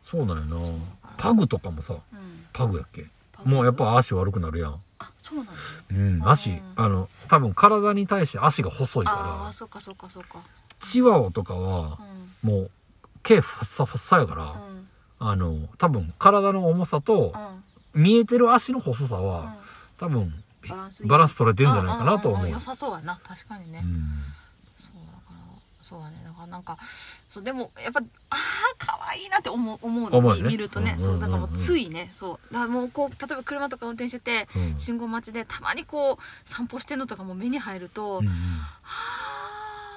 そうなんや
そう
なパグとかもさ
そううん
パグやっけ
パグ
もうやっぱ足悪くなるやん
あそうなんだ、ね、
うん
あー
足あの多分体に対して足が細い
ああ
か
ーそうかそうかそうから
チワワとかは
う
もう毛ファッサファッサやか
ん
ら、
うんうん
あの多分体の重さと見えてる足の細さ
うん
は多分
バランスいい
バランス取れてるんじゃないかなとは思
んんん
う
良さそうやな確かにね、
うん
そうだからそうだねだからなんかそうでもやっぱああ可愛いなって思う思うの
思う
見
よね
見るとね、
うんうんうんうん
そうだからもうついねそうだからもうこう例えば車とか運転してて
うん
信号待ちでたまにこう散歩してんのとかも目に入ると、
うんうん
は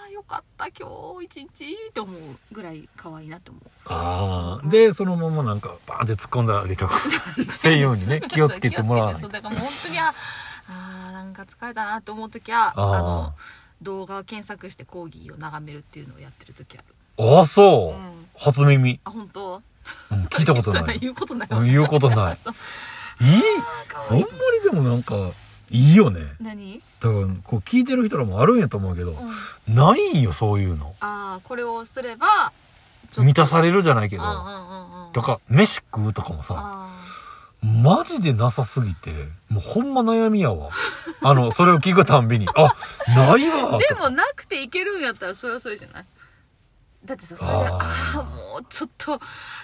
あよかった今日一日って思うぐらい可愛いなって思う
ああでそのままなんかバーンって突っ込んだりとかせんようにね気をつけてもらわない
そう
と
だからもう本当にああーなんか疲れたなと思う時はあ
あ
の動画を検索して講義を眺めるっていうのをやってる時ある、
ああそう、
うん
初耳、
あ本当
うん、聞いた ことない
言うことない
うん言うことない
そう
いいあ
可
ん
愛
ま
い
りでもなんかいいよね
何、
多分こう聞いてる人らもあるんやと思うけど
う、ん、あ
ないんよそういうの
あこれをすればちょっと
満たされるじゃないけ
うん
ど、
うんうんうん
とか飯食うとかもさ
あ
マジでなさすぎてもうほんま悩みやわ あのそれを聞くたんびにあないわ
ーで
と
も
か
なくていけるんやったらそれはそれじゃないだってさそれであ
あー
あもうちょっと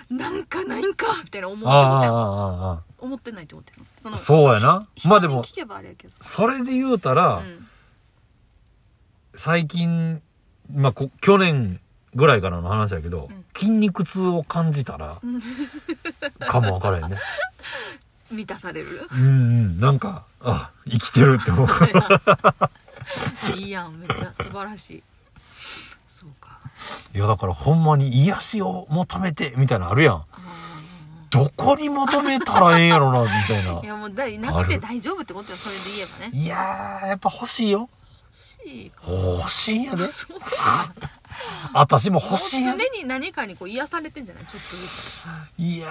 なんかないんかみたいな思ってみ
あ
たい
あああ
な
ああ
思ってないってことやろそ
あそうやな
人
まあで
に
も
聞けばあれやけど
それで言うたら、
うん
最近、まあ、こ去年ぐらいからの話だけど、
うん
筋肉痛を感じた ら
うん
かもわからへんね
満たされる
うんうんなんかあ生きてるって思う
いいやんめっちゃ素晴らしいそうか
いやだからほんまに癒しを求めてみたいなのあるやん
あ
どこに求めたらええんやろなみたいな
ーいやもうだいなくて大丈夫ってことよそれで言えばね
いやーやっぱ欲しいよ
欲しいか
欲しいんやで
そう
私も欲しいん
も
や
う
で
常に何かにこう癒されてんじゃないちょっとずつ
いやーいや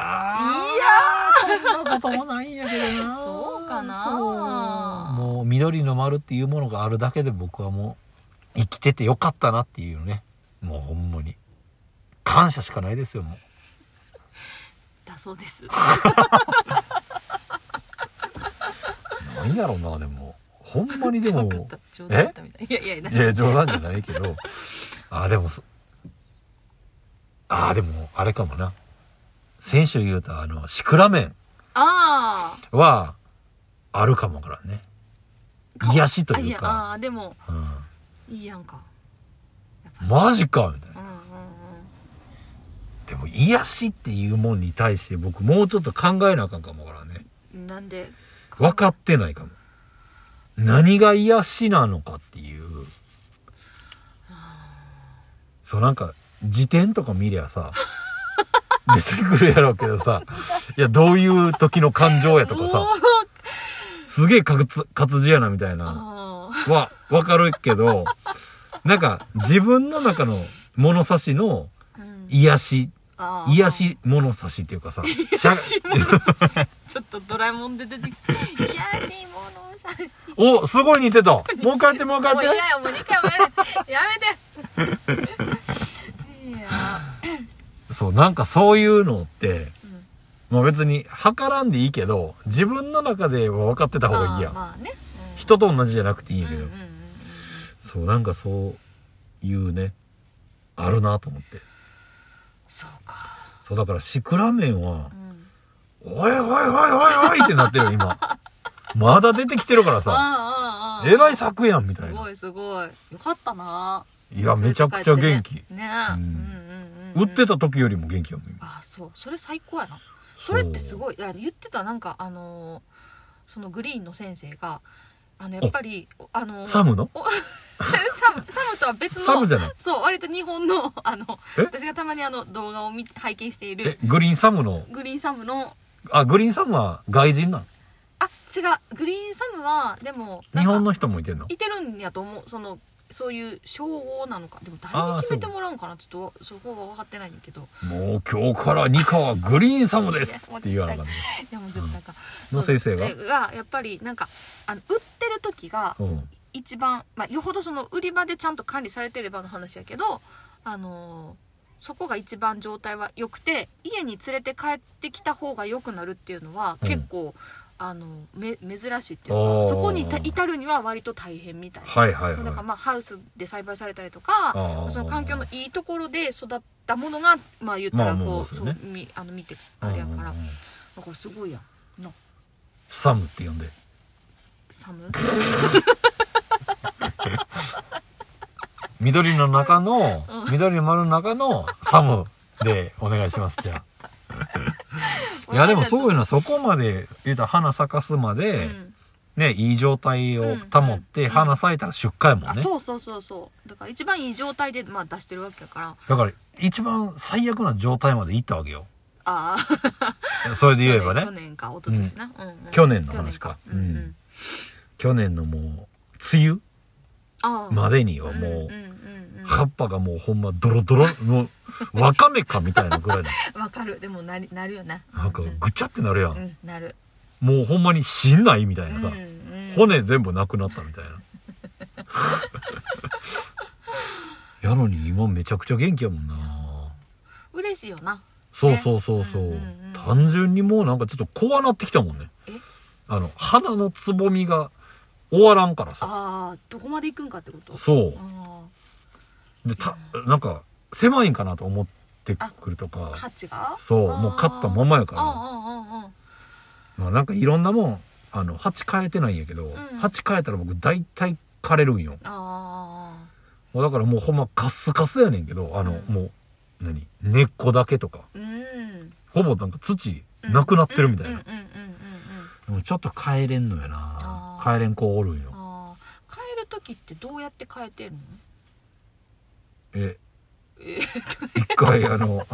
そんなこともないんやけどな
そうかな
そうもう緑の丸っていうものがあるだけで僕はもう生きててよかったなっていうねもうほんまに感謝しかないですよも
だそうです
うなんやろうなでもほんまにで
ちょ
も
っと分かった冗談だったみたいいやいやいや
いや冗談じゃないけどあでもそあでもあれかもな先週言うたあのシクラメン
ああ
はあるかもからね
か
癒しと
あい
いう
や
か
ああーでも
う
いいやんかやっぱ
ん、マジかみたいな
うんうん
でも癒しっていうもんに対して僕もうちょっと考えなあかんかもからね
うんなんで
分かってないかも何が癒しなのかっていうそうなんか辞典とか見りゃ さ出てくるやろうけどさいやどういう時の感情やとか
お
さ
ー
すげえ活字活字やなみたいな
あ
は分かるけどなんか自分の中の物差しの
ーうん
癒し
あー
癒し物差しっていうかさしゃ
癒し物差しちょっとドラえもんで出てきて癒し物差し
おすごい似てたもう一回やってもう一回
もう
や
嫌
って
やもう2回もやれや めていや
そうなんかそういうのって
うん
まあ別に測らんでいいけど自分の中では分かってた方がいいや
あー
ん、
まあね、うん
人と同じじゃなくていいんや
うん
け
うん
ど、
うんうん
そうなんかそういうねあるなと思って
そうか、
そうだからシクラメンは
う
「
ん、
おいおいおいおいおい!」ってなってるよ今まだ出てきてるからさ
あーあーあー
えらい作やんみたい
す
な
ごいすごいよかったない
やめちゃくちゃ元気、
ねね、
う
うんん、うんうんうん
売ってた時よりも元気やもん今
あそうそれ最高やなそれってす
い
ごいいや言ってたなんかあのーそのグリーンの先生があのやっぱりあのー
サムの
お サムサムとは別の
サムじゃない
そう割と日本のあの
え
私がたまにあの動画を見拝見してい
え
る
グリーンサムの
グリーンサムの
あグリーンサムは外人なん
あ違うグリーンサムはでもなん
日
か
本の人もいてんの
いてるんやと思うそのそういう称号なのかでも誰に決めてもらうんかなちょっとそこは分かってないんだけど
もう今日から二課はグリーンサムですって言わなかっ
いやもう絶対なんか、
うんの
そう
先生が
えがやっぱりなんかあの売ってる時が
た。うん。
一番、まあ、よほどその売り場でちゃんと管理されてればの話やけど、あのーそこが一番状態は良くて家に連れて帰ってきた方が良くなるっていうのは
うん
結構、あのめ珍しいってい
お
う
ー
かそこにた至るには割と大変みたいな。
はいはい
そうだから
は
まあハウスで栽培されたりとか
あー
その環境のいいところで育ったものがまあ言ったら
まあまあま
こ
あそ
うそう
ね
うみあの見て
い。
あれやから
うんうんうん
だからすごいやん
サムって呼んで。
サム
緑の中の
う、
緑の丸の中のサムでお願いします、じゃあ。いやでもそういうのはそこまで、言うたら花咲かすま
う
で、
ん
ね、いい状態を保って、
うん
花咲いたら出荷やもん
あ
ね。
そうそうそうそうだから一番いい状態で、まあ、出してるわけやから
だから一番最悪な状態まで行ったわけよ。
ああ
それで言えば
去
ね、
年か一昨年な、うんうん
去年の話か
去年うんう
うんん去年のもう、梅雨
ああ
までには
うんうん
もう、
うんうん
葉っぱがもうほんまドロドロのわかめかみたいなぐらいの
わかるでもなりなるよな
なんか
うん
ぐちゃってなるや
うんんなる、
もうほんまに死んないみたいなさ
うんうん
骨全部なくなったみたいなやのに今めちゃくちゃ元気やもんな
嬉しいよな
そうそうそうそう
うんうんうん
単純にもうなんかちょっと怖なってきたもんね
え
あの花のつぼみが終わらんからさ
ああどこまで行くんかってこと
そ
あ
うでたなんか狭いんかなと思ってくるとか
あ価値が
そう
あー
もう勝ったままやから
あ
まあなんかいろんなもん、あの、鉢変えてないんやけど、
ん
鉢変えたら僕大体枯れるんよ。
あああああ
もうだからもうほんまカッスカスやねんけど、あの、
うん
もう、何根っこだけとか、
あうん
ほぼなんか土なくなってるみたいな。
うんうんうんうんうんうん
でもちょっと変えれんのやな
あー
変えれん子おるんよ。
ああ変える時ってどうやって変えてるの
え、
え
一回あ の、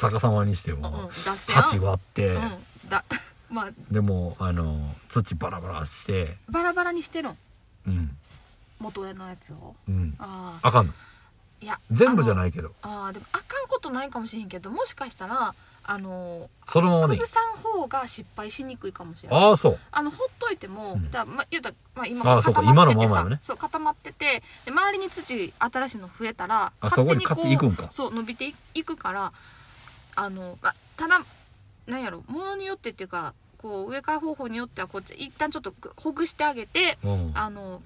逆さまにして
うん
も、
脱線
鉢割って、
うんだ まあ
でも、あの、土バラバラして、
バラバラにしてるん
うん、
元のやつを
うん。
ああ
あかんの。
いや
全部じゃ
い
ないけど、
ああでもあかんことないかもしれんけどもしかしたらあの
そのままでいい
崩。さん方が失敗しにくいかもしれない
ああ、そう。
あのほっといても、
うん
だまあ言うたら、まあ、今
あーそうか
固まってて
今のまま
さ
よね
そう固まっててで周りに土新しいの増えたら
あそこに買っていくんか
そう伸びていくからあの、まあ、ただなんやろものによってっていうかこう植え替え方法によってはこっち一旦ちょっとほぐしてあげて
うん
あの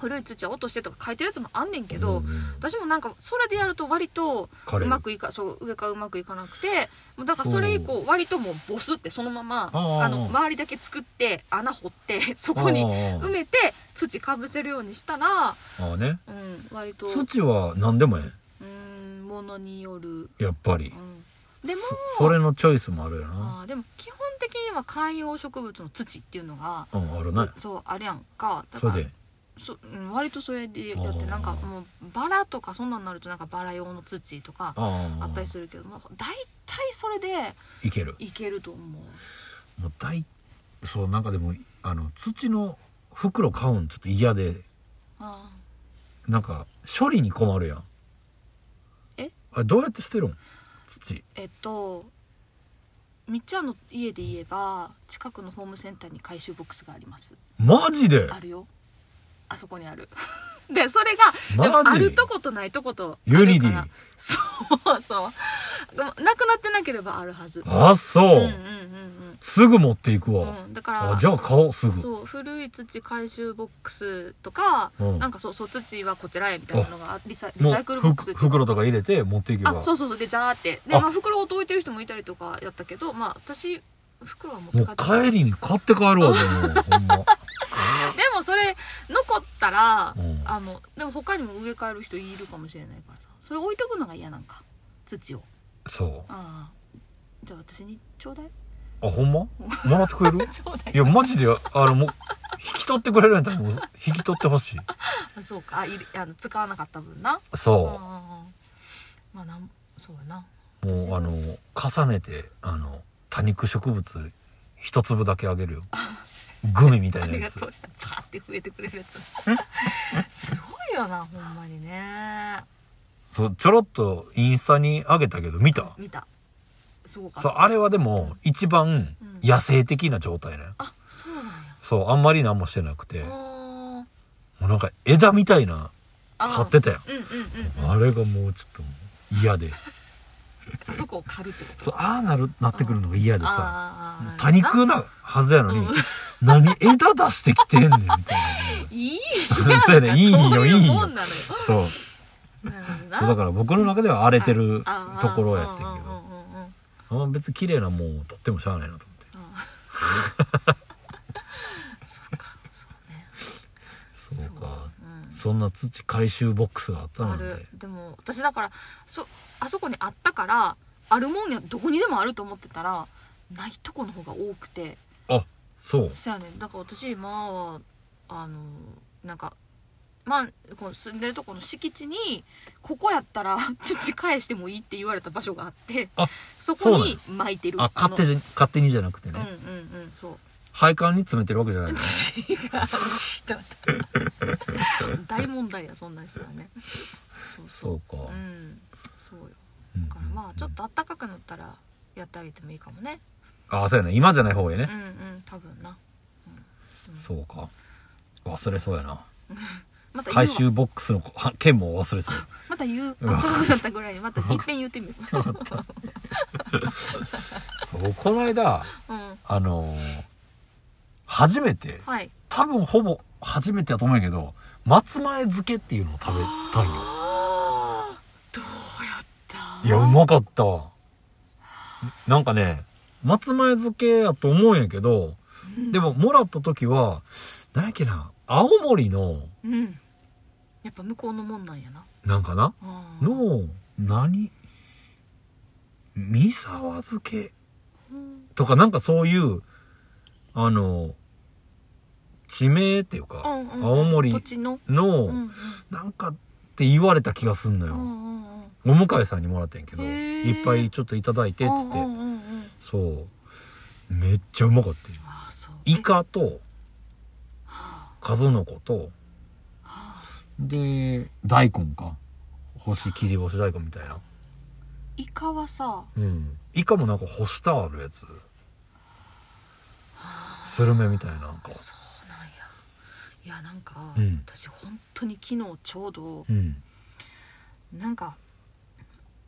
古い土は落としてとか書いてるやつもあんねんけど、
うんうん
私もなんかそれでやると割と
枯れ
う
る
まくいかそう上からうまくいかなくてもうだからそれ以降割ともうボスってそのまま
ああ
あの周りだけ作って穴掘ってそこに埋めて土かぶせるようにしたら、
ああああね
うん、割とう
土は何でもえ
んものによる、
えやっぱり
うん、でも
それのチョイスもあるよな
あーでも基本的には観葉植物の土っていうのが、
うんあるね
そうあれやんかだ
そ
から
れで
そうん、割とそれでやっ
あ
て
ー
なんかもうバラとかそんなんなるとなんかバラ用の土とか
ああ
あったりするけど、まあ、大体それで
いける
いけると思う
もう大そうなんかでもあの土の袋買うんちょっと嫌で
あ
なんか処理に困るやん
え
あれどうやって捨てるん土
ーえっとみっちゃんの家で言えば近くのホームセンターに回収ボックスがあります
マジで
あるよあそこにある でそれがでも
マジ
あるとことないとことあるから
ユニディ
そうそうでもなくなってなければあるはず
あ
うん
そう、
うんうんうん
すぐ持っていくわ、
うんだから
あじゃあ買おうすぐ
そう古い土回収ボックスとか、
うん
なんかそうそう土はこちらへみたいなのがあリサリ
もう
サイクルボックス
ふく袋とか入れて持っていけば
あそうそうそうでザーってで
あ
まあ、袋を置いてる人もいたりとかやったけどまあ私袋は持って
もう
帰って
帰りに買って帰ろうでもう ほんま、
でもそれ残ったら、
うん
あのでも他にも植え替える人いるかもしれないからさそれ置いとくのが嫌なんか土を
そ
ああじゃあ私にちょうだい
うあほんまもらって くれる
ちょうだい
いやマジであのもう引き取ってくれるんやったらもう引き取ってほしい
あそうかあいるあの使わなかった分なうんうんうん
そ
まあなんそうやな
う
私
もうあの重ねてあの多肉植物一粒だけあげ るよグミみた
あ
いな
り
や
が
つ
とうしたパーって増えてくれるやつすごいよなほんまにね
そうちょろっとインスタにあげたけど見た
見たすごかっ
そう
た
あれはでも一番
うん
野生的な状態ね、
あそうなんや
そうあんまり何もしてなくても
あー
うなんか枝みたいな
あー
張ってたよ
うんうんうんうん
あれがもうちょっともう嫌で
あそこを狩るってこと
そうああなるなってくるのが嫌でさ
あー
多肉なはずやのに、
うん
何枝出してきてんねんみたいな
いい
そうやねいい
そ
よ
う
い
いう
い
も
よ
んなのよ
そう
なるほどな
そうだから僕の中では荒れてる
あー
ところやってんけど
うんうんうんうんうん
あんま別に綺麗なもんを取ってもしゃあないなと思って
あー そうかそうね
そうか
うん
そんな土回収ボックスがあったな
あ
んて
るでも私だからそあそこにあったからあるもんやどこにでもあると思ってたらないとこの方が多くて
そう
そやねんだから私今はあのなんかまあこの住んでるとこの敷地にここやったら 土返してもいいって言われた場所があって
あ
そ
そう
こ
なん
に
や
巻いてる
あ勝手
じ
じゃ勝手にじゃなくて
うん
ね、
うんうんそう
配管に詰めてるわけじゃないの
違うちょっと待って 大問題やそんなんしたらねそうそう
そうか、
うんそうよ
うん
だからまあちょっと暖かくなったらやってあげてもいいかもね
ああそうやね今じゃない方がいいね
う、んうん多分な、うん、う
そうか忘れそうやな
また言
回
うわ
収ボックスのは件も忘れそう
また言う
うん
あこうなったぐらいにまたいっぺん言ってみる
そうこの間
うん
あのー初めて
はい
多分ほぼ初めてやと思うんやけど松前漬けっていうのを食べたんよ
あーどうやった
いやうまかったわなんかね松前漬けやと思うんやけどでももらった時は何やっけな青森の
うんやっぱ向こうのもんなんやな
なんかな
あー
の何三沢漬け
うん
とかなんかそういうあの地名っていうか、
うんうん
青森
土地の
の、
うん
なんかって言われた気がすんの
うん
よ、
うんうんうん
お向かいさんにもらってんけど
へー
いっぱいちょっといただいてっつって、
うんうんうんうん
そうめっちゃうまかったよ
あーそう
イカと
は
数の子と
あはあ
で大根か干し切り干し大根みたいな
イカはさ
うんイカもなんか干したあるやつスルメみたいななんか
そうなんやいやなんか、
うん
私本当に昨日ちょうど
うん
なんか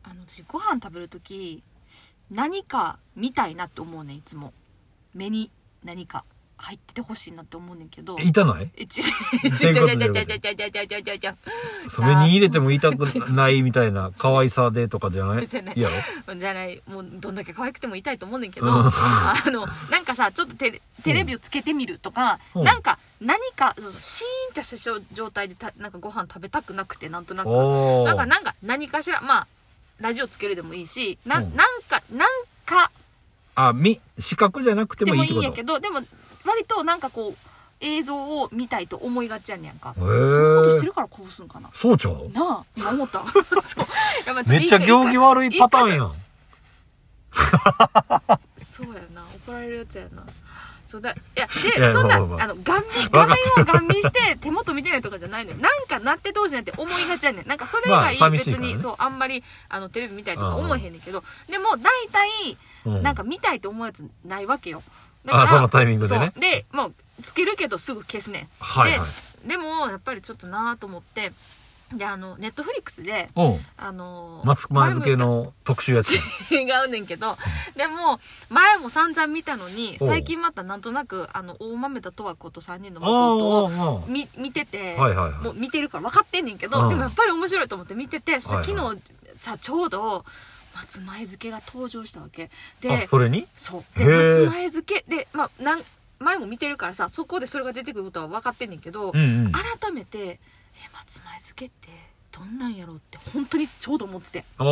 あの私ご飯食べる時何か見たいなって思うねんいつも目に何か入っててほしいなって思うねんけど
痛ない
えちちちちちちちちちちちちち
それに入れても痛くないみたいな可愛さでとかじゃない
じゃない
やろ
じゃないもうどんだけ可愛くても痛いと思うねんけど、
うん
あのなんかさちょっとテレテレビをつけてみるとか、
うん
なんか何かそうそうシーンとした状状態でたなんかご飯食べたくなくてなんとなく
お
なんか
ー
なんか何かしらまあラジオつけるでもいいしな,、
うん
なんかなんか
あみ視覚じゃなくて
で
もい
も
いっ
い
て
いん
こ
や
と
けどでも割となんかこう映像を見たいと思いがちやねんやんか、
へ
そんなことして
ー
るからこぼすんかな
そうちゃう
なあ今思った そうやばい
めっちゃ
一回
行儀悪いパターンやん
そうやな怒られるやつやなそうだいやで
いや
そんな、
まあまあまあ
あの顔面
わかっ
画面
て
を顔面して手元見てないとかじゃないのよなんかなってどうしなんて思いがちやねんなんかそれ以
まあ
外
寂し
別
いからね
に、そうあんまりあのテレビ見たいとか
うん
思えへんねんけどでも大体
う
なんか見たいと思うやつないわけよだ
あそのタイミングでね
そうでもうつけるけどすぐ消すねん
はいはい
でもやっぱりちょっとなと思ってであのネットフリックスで
うん
あのー
マツ前付けの特集やつ
違うねんけどでも前も散々見たのに
おう
最近またなんとなくあの大豆田十和子と3人の
ああ
弟を
あ
見見てて、
あはいはい
も
は
う見てるから分かってんねんけど、
うん
でもやっぱり面白いと思って見てて、そ
はい
昨
は
日さちょうど松前漬けが登場したわけ
いあ
で
それに
そうで
へえ
松前漬けで、まあ、なん前も見てるからさそこでそれが出てくることは分かってんねんけど、
うんうん
改めてえ松前漬けってどんなんやろうって本当にちょうど思ってて。
おーおー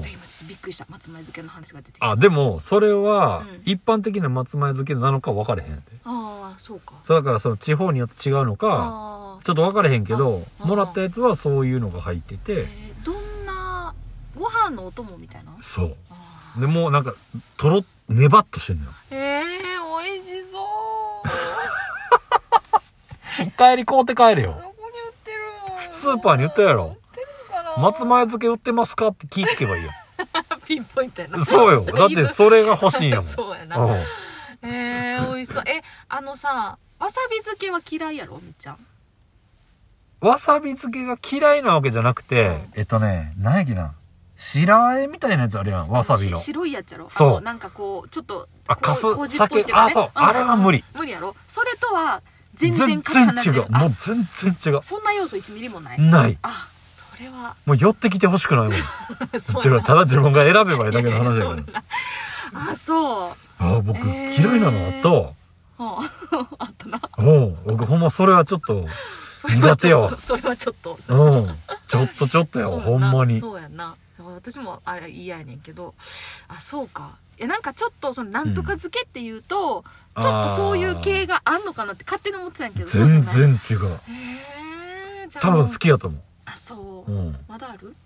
おー
で今ちょっとびっくりした松前漬けの話が出てきたあ
あでもそれは
うん
一般的な松前漬けなのか分かれへんで
あーそうか
そうだからその地方によって違うのか
あ
ちょっと分かれへんけど
ああ
もらったやつはそういうのが入って
ー、え
て
ー、どんなご飯のお供みたいな
そう
あ
でもうなんかとろねばっとしてんのよ
ーえー、美味しそう
帰り買うて帰れよ
どこに売ってるの
スーパーに売ってるやろ
売ってるかな
松前漬け売ってますかって聞いてけばいいや
ピンポイントやなん
そうよだっ
いぶ
てそれが欲しいんやもん
そうやな
うん
えー、美味しそうえあのさわさび漬けは嫌いやろみっちゃん
わさび漬けが嫌いなわけじゃなくて、えっとね何やっけな白あえみたいなやつあるやんわさびの
し白いやつやろ
そう
あのなんかこうちょっと
あ
こ
かす
麹っぽいっていうかね
酒あそうんあれは無理
無理やろそれとは全然かけ離れ
全然
てる
違うも
あ
う全然違
そんな要素1ミリもないう
ない
あそ れは
もう寄ってきてほしくないもん
そう
て
や
か
な
ただ自分が選べばいいだけの話だから、
いやいやそうやなあそう
あ僕
え
嫌
ー
いなのあったわ、
うんあ ったな
うん僕ほんまそれはちょっと
それはちょっ
苦手
とそれはちょっとそう
うんちょっとちょっとや
や
わ
な
ほんまに
そうやなそう私もあれ嫌やねんけどあそうかいやなんかちょっとそのなんとか漬けっていうと、ちょっとそういう系
が
があんのかなって勝手に思ってたんやけどそうじゃ
全
ない
然違う
へーじゃあ
多分好きやと思
あそう
う、
う
うん、
まだある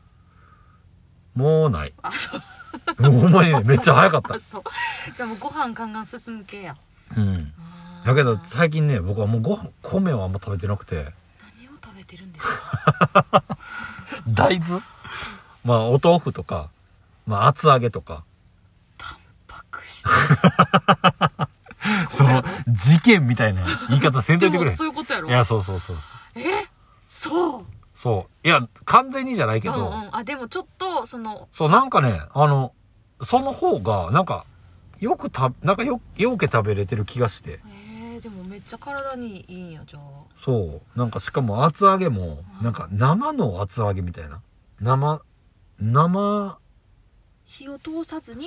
もうない
あそう
もうほん まにねめっちゃ早かっ
あそうじゃあもうご飯ガンガン進む系や
たうん
あー
だけど最近ね僕はもうご飯米をあんま食べてなくて
何を食べてるんですか
大豆まあお豆腐とか、まあ、厚揚げとか
パクして
その事件みたいな言い方せんと
で
いてく
も
れい
そういうことやろ
やそうそうそう
えそう
そういや完全にじゃないけど、
うんうんあでもちょっとその
そうなんかねあのその方がなんかよくたなんかよようけ食べれてる気がして
えー、でもめっちゃ体にいいんやじゃあ
そうなんかしかも厚揚げもなんか生の厚揚げみたいな生生
火を通さずにっ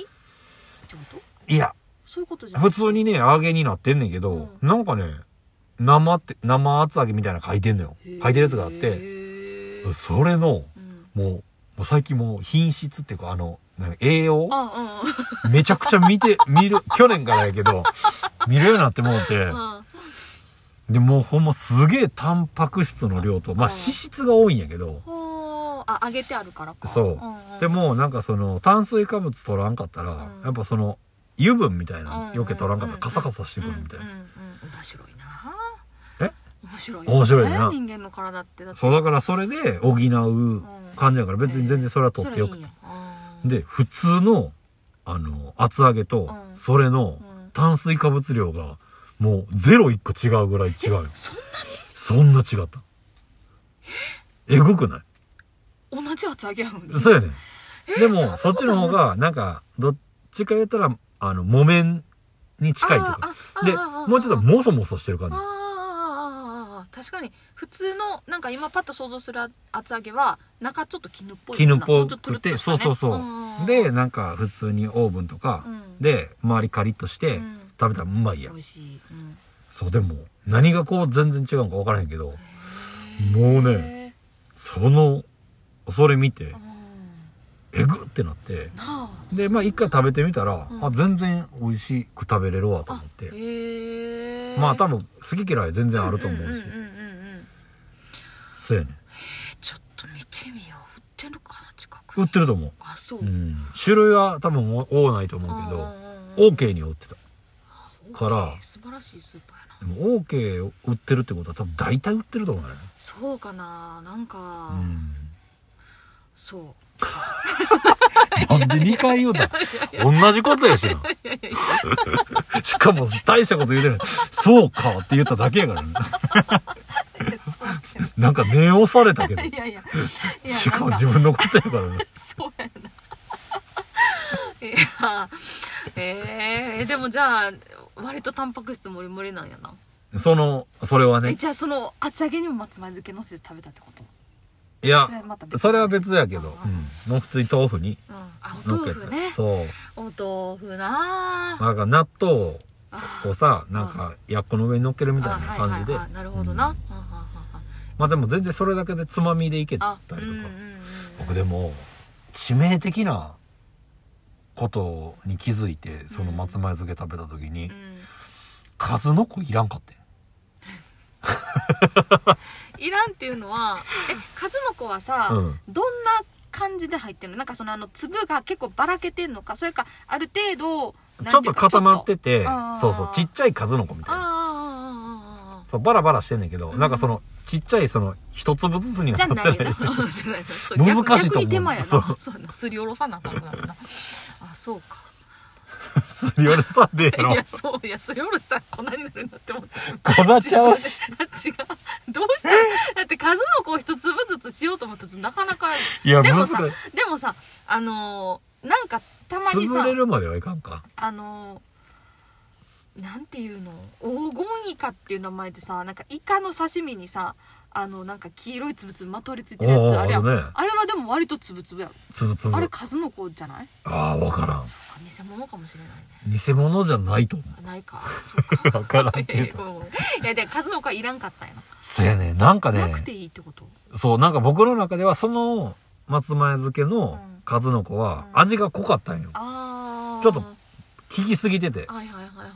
てこと
いや
そういうことじゃない
普通にね揚げになってんねんけど、なんかね生って生厚揚げみたいなの書いてんのよ書いてるやつがあっ
へ
て
ー
それの
うん
もうもう最近もう品質っていうかあのなんか栄養
あ
めちゃくちゃ見て見る 去年からやけど見るようになってもうて
うんうんうん
でもうほんますげえタンパク質の量とまあ
うん
脂質が多いんやけど
ほーあ揚げてあるからか
そうん
ん
でもなんかその炭水化物取らんかったら
うん
やっぱその油分みたい
うんうん
な
うん
余計取らんかったらカサカサしてくるみたいな
うんうんうん、面白いな
え
面白い
面白いな
人間の体ってだって
そうだからそれで補う感じやから別に全然それは取
そ
っ
れ
てよく
いい
て
やあー
で普通のあの厚揚げと
うん
それの
うん
炭水化物量がもうゼロ一個違うぐらい違うよ
そん
そんな違ったえぐくない
な同じ厚揚げやのに
そうやねん
え
で
んな
も
こ
そ
と
っちの方がなんかどっちか言ったらあの木綿に近いとこ
あーあ
で
あーあー
もうちょっと
あー
もそもそしてる感じ
あーあーあーあーあー確かに普通のなんか今パッと想像する厚揚げは中ちょっと絹っぽい
絹っ
も
ぽ
うちょと
く
トゥ
て
ルッと
そう
したね
そうそ
ん
うでなんか普通にオーブンとか
うん
で周りカリッとして
うん
食べたらうまい
美
やん
味しい、うん
そうでも何がこう全然違うのか分からへんけどもうね
へ
そのそれ見て
ーうん
えぐってなって
なあ
でまあ一回食べてみたら
うん
あ全然美味しく食べれるわと思って
へえ
まあ多分好き嫌い全然あると思うし
んうんうんうんうん
そうやね
ちょっと見てみよう売ってるかな近く
売
に
ってると思う
あそう、
うん種類は多分多ないと思うけど OK に売ってた
ー
から
素晴らしいスーパーやな
でも OK を売ってるってことは多分大体売ってると思うね
そうかななんか、
うん
そう
なんで2回言 うた同じことやしな。 しかも大したこと言うてない。そうかって言っただけや からね。なんか念をされたけど。
いやいやい や
しかも
なん
自分のことやからね。
そうや ないやえー、でもじゃあ割とタンパク質もりもりなんやな、
その、それは
え
ね。
じゃあその厚揚げにも松前漬けのせて食べたってこと
いや
それはまた、別
それは別やけど
うん、
うん。もう普通に豆腐に
うん、あお
のっ
豆
け
腐
て。
ね
そう。
お豆腐なあ
なんか納豆
あ
をさ、なんか、やっこの上に乗っけるみたいな感じで
あはいはい。はいなるほどな、
うん
はんはんはんはん
まあでも全然それだけでつまみでいけた
あ
りと
うん
か
う。んうん
僕でも致命的なことに気づいてその松前漬け食べた時に、
うん
数の子いらんかってん
いらんっていうのはえ数の子はさ、
うん
どんな感じで入ってるのなんかそのあの粒が結構ばらけてんのかそれかある程度
ちょっと固まって
て
て
ちょっと
そうそう
あー
ちっちゃい数の子みたいな
あーあーあーあーあーあ
そうバラバラしてんねんけど、
うん
なんかそのちっちゃいその一粒ずつに
ー
は
じゃ
な
ない
っ
よ
てない
なじゃないよなそう
難しいと思う
逆に手間やな
そ
そううやなすりおろさなあかんくなるなあそうか
すりおろさんでええ
い
の
やそういやすりおろしたら粉になるなって思って
粉ちゃうし
違うどう したらだって数の子を一粒ずつしようと思ったらなかなか
いや
でも
難しい
さでもさあのーなんかたまに
潰
さ
れるまではいかんか
あのーなんていうの黄金イカっていう名前でさなんかイカの刺身にさあのなんか黄色いつぶつぶまとわりついてるや
お
つ
ー
あれやん
あるね
あれはでも割とつぶつぶやろ
つぶつぶ
あれ
あ
数の子じゃない
あーわからん
そうか偽物かもしれないね
偽物じゃないと思
あないかそう か
うわ からん
いやい
け
や
ど
ごめんごめんいやで数の子はいらんかったんやな、
そうやねんなんかね
なくていいってこと
そう、なんか僕の中ではその松前漬けの数の子は
うん
味が濃かったんよ。
ああ
ちょっと効きすぎてて。
はいはいはいはいはいは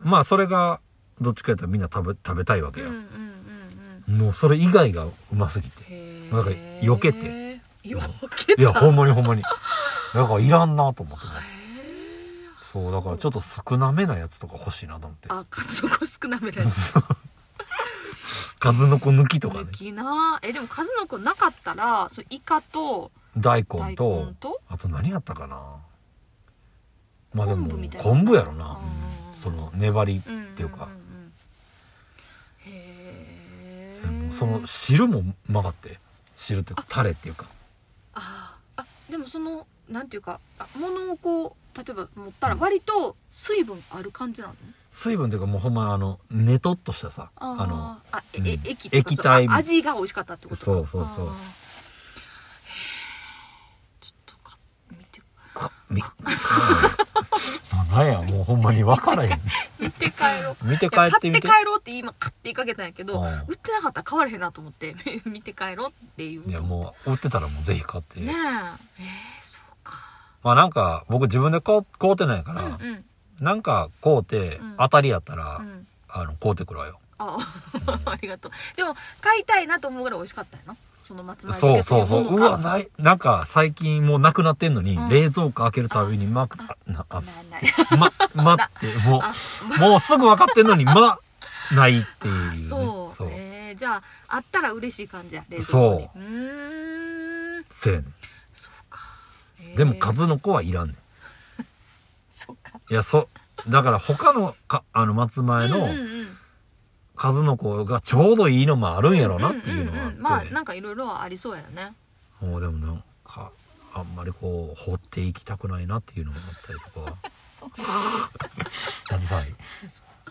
まあそれがどっちかやったらみんな食べ、食べたいわけ
いうん
や
うんう。ん
もうそれ以外がうます ぎて。
うん
なんか避けて
避けた
いや、ほんまにほんまに。だからいらんなと思って ね。
へー
そう、だからちょっと少なめなやつとか欲しいなと思って。
あ数の子少なめだよ
数の子抜きとかね
大。きなえでも数の子なかったらそうイカと
大
大
根
根
と、
と
あと何やったかな。まあでも
昆布みたい、な
昆布やろな。
う
うんんその粘り
うん
っていうか
んんうんへ
うん
え
その汁も曲がって汁っていうかタレっていうか
あーあでもそのなんていうかあ物をこう例えば持ったら割と水分ある感じなの
水分っていうかもうほんまあのねとっとしたさあ
あーあええ
うん
液っていうか
液体み
そうあ味が美味しかったってことか
そうそうそう
あーへーちょっとか見て
のか みなんやもうほんまに分からへん
見て 帰ろう
見て帰
買っ
ってて
帰
みて
ろうって今買っていかけたんやけど
うん
売ってなかったら買われへんなと思って 見て帰ろうっていう
いやもう売ってたらもうぜひ買って、
ねええー、そうか
まあなんか僕自分で買う買うてないか
うんう
ら、
ん
なんか買うて
うん
当たりやったら、
うん
あの買うてくらよ
ああ りがとうでも買いたいなと思うぐらい美味しかったよなその松前
そう
漬けと
そ
いうう
そ
も
うう
のが
わないなんか最近もうなくなってんのに、
うん
冷蔵庫開けるたびにまあなあ
ないない
ま、待って、も
あ
う、もうすぐ分かってんのに、ま、ないっていう、ね。
そう
そう。
えーじゃああったら嬉しい感じや冷蔵庫に
そう
ーん
せやね
そうか、え
ん
ー
でも、数の子はいらんねん。
そうか
いや、そ、だから他の、か、あの、松前
うんう
の
んうん
数の子がちょうどいいのもあるんやろうなっていうの
ん
は
んんま
あ
あ
って。
なんかいろいろはありそうやよね
もうでもなんか、あんまりこう、放っていきたくないなっていうのもあったりとか。 だってさ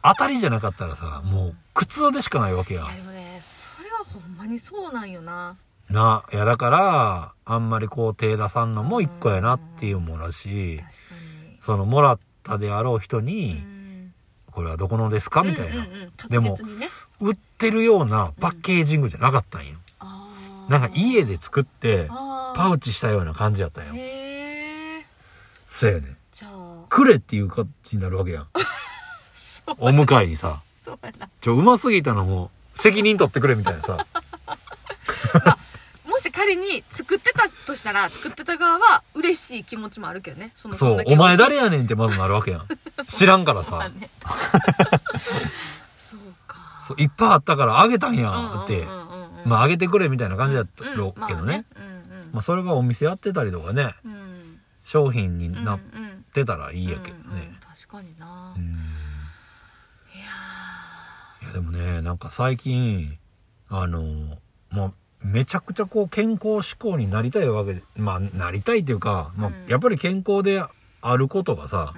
当たりじゃなかったらさもう苦痛でしかないわけや
いやでもねそれはほんまにそうなんよな
ないやだからあんまりこう手出さんのも一個やなっていうもんだし
確かに
そのもらったであろう人に、
うん
これはどこのですかみたいな、
うんうんうん
で
確
も
実にね
売ってるようなパッケージングじゃなかったんよ、
あー
なんか家で作ってパ
パ
ウチしたような感じやったんよ、
へえ
そうやねん
じゃあ
くれっていう形になるわけや んお迎えにさ
そうやな
ちょうますぎたのも責任取ってくれみたいな さ
もし仮に作ってたとしたら作ってた側は嬉しい気持ちもあるけどねその
そ
ん
う
だけ
お前誰
美
やねんってまずなるわけやん知らんから さ
味しいそうか
そういっぱいあったからあげたんやんって、
うんうんうんうん
まああげてくれみたいな感じだった
うん
ろうけどね,、
まあうんうん
まあそれがお店やってたりとかね
うん
商品に
うん
なっ
うん
てたらいいやけど
うんうん
ね
確かにな
うん
いや
いやでもねなんか最近あのもうめちゃくちゃこう健康志向になりたいわけじゃまあなりたいっていうか、まあ
うん
やっぱり健康であることがさ
ー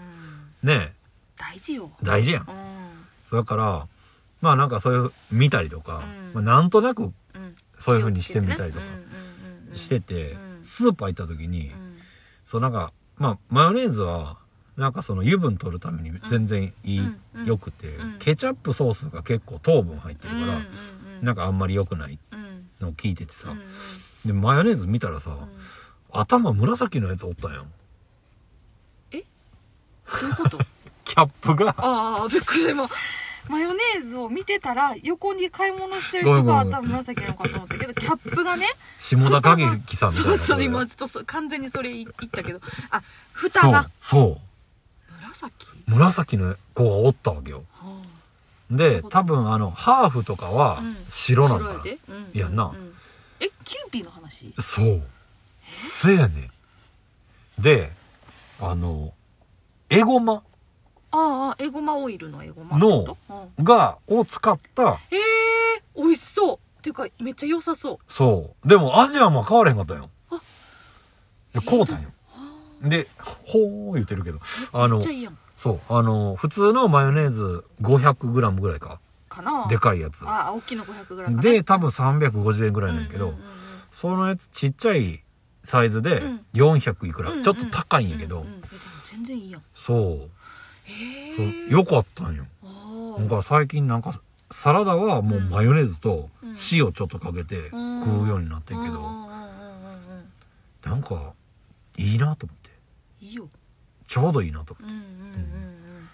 うん
ね
大事よ
大事やん
う。ん
だからまあなんかそういう見たりとか、
う
まあ、
ん
なんとなく
うん
そういう風にしてみたりとか
気をつけてねうんうんうんうん
してて、
うん
スーパー行った時に、
うん
そうなんかまあマヨネーズはなんかその油分取るために全然いい、
うんうん
よくて、
うん
ケチャップソースが結構糖分入ってるから、
うんうんうん
なんかあんまり良くない
うん
のを聞いててさ、
うんうん
でマヨネーズ見たらさ、
うん
頭紫のやつおったんやん
どういうこと
キャップ が
ああびっくりした今マヨネーズを見てたら横に買い物してる人が
ごめんごめん
頭紫なのかと思ったけどキャップがね
下田景樹さんみたい
そ
な
うそう今
こ
ちょっとそう完全にそれ言ったけどあ
れ
蓋が
そうそ
紫
う紫の子がおったわけよ
は
で多分あのハーフとかは
うん
白なんだ、
白で、うん
いやな
うんえキューピーの話
そうせやねんであのエゴマ
ああエゴマオイルのエゴマ
の
ってことうん
がを使った
へえ美味しそうっていうかめっちゃ良さそう
そうでも味はまあ変われへんかったんよ
あ
でこうたんよ
あ
でほー言ってるけどあ
め
の
っちゃいいやん
そうあの普通のマヨネーズ 500g ぐらいか
かな
でかいやつ
ああ大きいの 500g かな
で多分350円ぐらいなんやけど、
うんうんうんうん
そのやつちっちゃいサイズで
うん
400いくら、
うんうん
ちょっと高いんやけど、
うんうんでも全然いいやん
そう
へ
そう
え
よかったんよ
あ
なんか最近なんかサラダはもうマヨネーズと
うん
塩ちょっとかけて食
うん
うようになって
うんん
け
う
ど
んうんうんうん
なんかいいなと思って
いいよ
ちょうどいいなと思
うんうんうんうん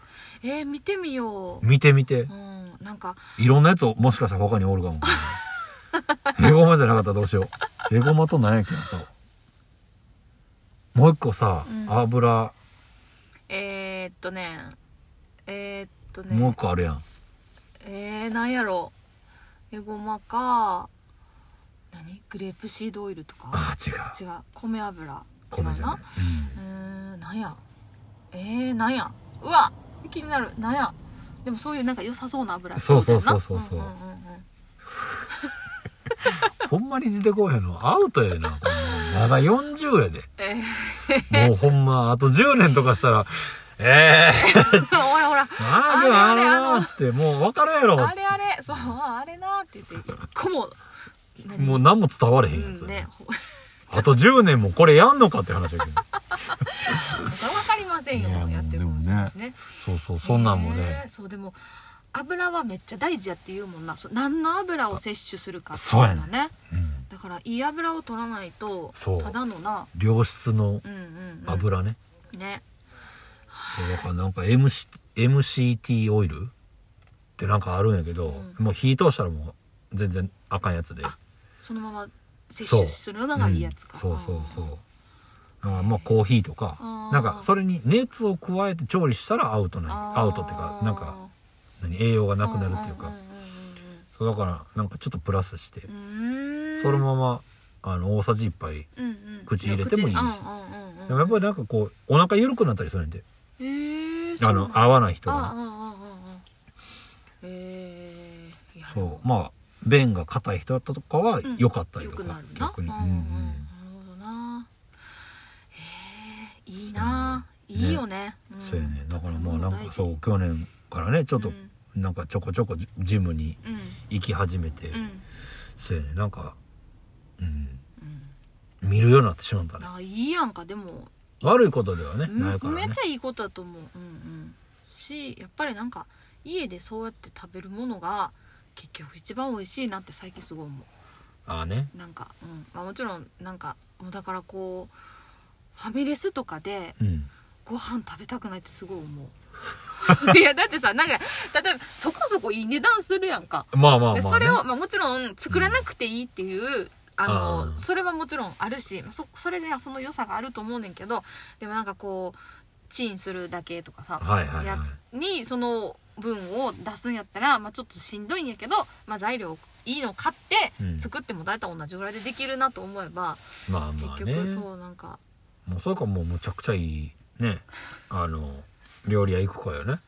えー、見てみよ
って見てみて
ううんなんか
いろんなやつをもしかしたら他におるかも エゴマじゃなかったらどうしようエゴマと何やっけなともう一個さ
うん
油
えー、っとねえー、っとね
もう一個あるやん
えー、なんやろエゴマか何グレープシードオイルとか
あー違う
違う米油違う
米じゃない
なうーんなんやえー、なんやうわ気になるなんやでもそういうなんか良さそうな油
そうそうそうそうそう
うんうんうんうん
うんほんまに出てこうへんのアウトやでなこれもうまだ40やで
えー、
もうほんま、あと10年とかしたら、ええ
ほらほ
ー、
ら
ああ、でもあ
あ
れ
れあれ
な
あ
ー
の
っつって、もう分かるやろっつっ
あれあれそうあれなって言って一個も
てもう何も伝われへんやつ、
うんねほ
あと10年もこれやんのかって話やけど。
それ分かりませんよ
いや
やってるかもしれないしね
そうそう、そんなんも
え
ね
ー、そうでも油はめっちゃ大事やって言うもんなそう何の油を摂取するかっていうのが
そう
ね
うん、
だからいい油を取らないと
そう
ただのな
良質の
うんうん、うん、
油ね。
ね
そうだからなんか MC MCT オイルってなんかあるんやけど、
う
もう火通したらもう全然あかんやつで。
あそのまま摂
そう
取するのがいいやつか、
うんそうそうそうあーまあコーヒーとか
あー
なんかそれに熱を加えて調理したらアウトな
あ
い
ー
アウトっていうかなんか何栄養がなくなるっていうかそうだからなんかちょっとプラスして
うんうんうんうんうんうーん
そのままあの大さじ1杯
うんうん
口入れてもいいし
うんうんうんうん
でもやっぱりなんかこうお腹緩くなったりするんで
えー、そう
あ
なん
の
だ
合わない人
あああ
が
あああえー、いや
そうまあ便が硬い人だったとかは
うん
良かったり
よ
と
く
か
なるな
逆に
う
うんん
うん
うん
なるほどなえー、いいな、
そう
いいよね、うん
そうやねだから
も
まあ
う
なん
大
か
事
そう去年からねちょっ
う
と
ん
なんかちょこちょこジジムに
うん
行き始めて、
うん
そうやねなんかうん
うん
見るようになってしまったね
あいいやんかでも
悪いことではね
め
ないから
めっ
ね
ちゃいいことだと思う、うんうん、しやっぱりなんか家でそうやって食べるものが結局一番美味しいなって最近すごい思
ああね
うなんか、うんまあ、もちろんなんかもうだからこうファミレスとかで
うん
ご飯食べたくないってすごい思 ういやだってさなんか例えばそこそこいい値段するやんか
まあまあまあ、ね、
でそれを、まあ、もちろん作らなくていいっていう、あの
あー
それはもちろんあるしまあそそれでその良さがあると思うねんけどでもなんかこうチンするだけとかさ、
はいはいは
やにその分を出すんやったら、まあ、ちょっとしんどいんやけど、まあ、材料いいの買って
うん
作っても大体同じぐらいでできるなと思えば、
いまあまあ
結
ね
局そうなんか
もうそれかもうむちゃくちゃいい ねあの料理屋行くかよね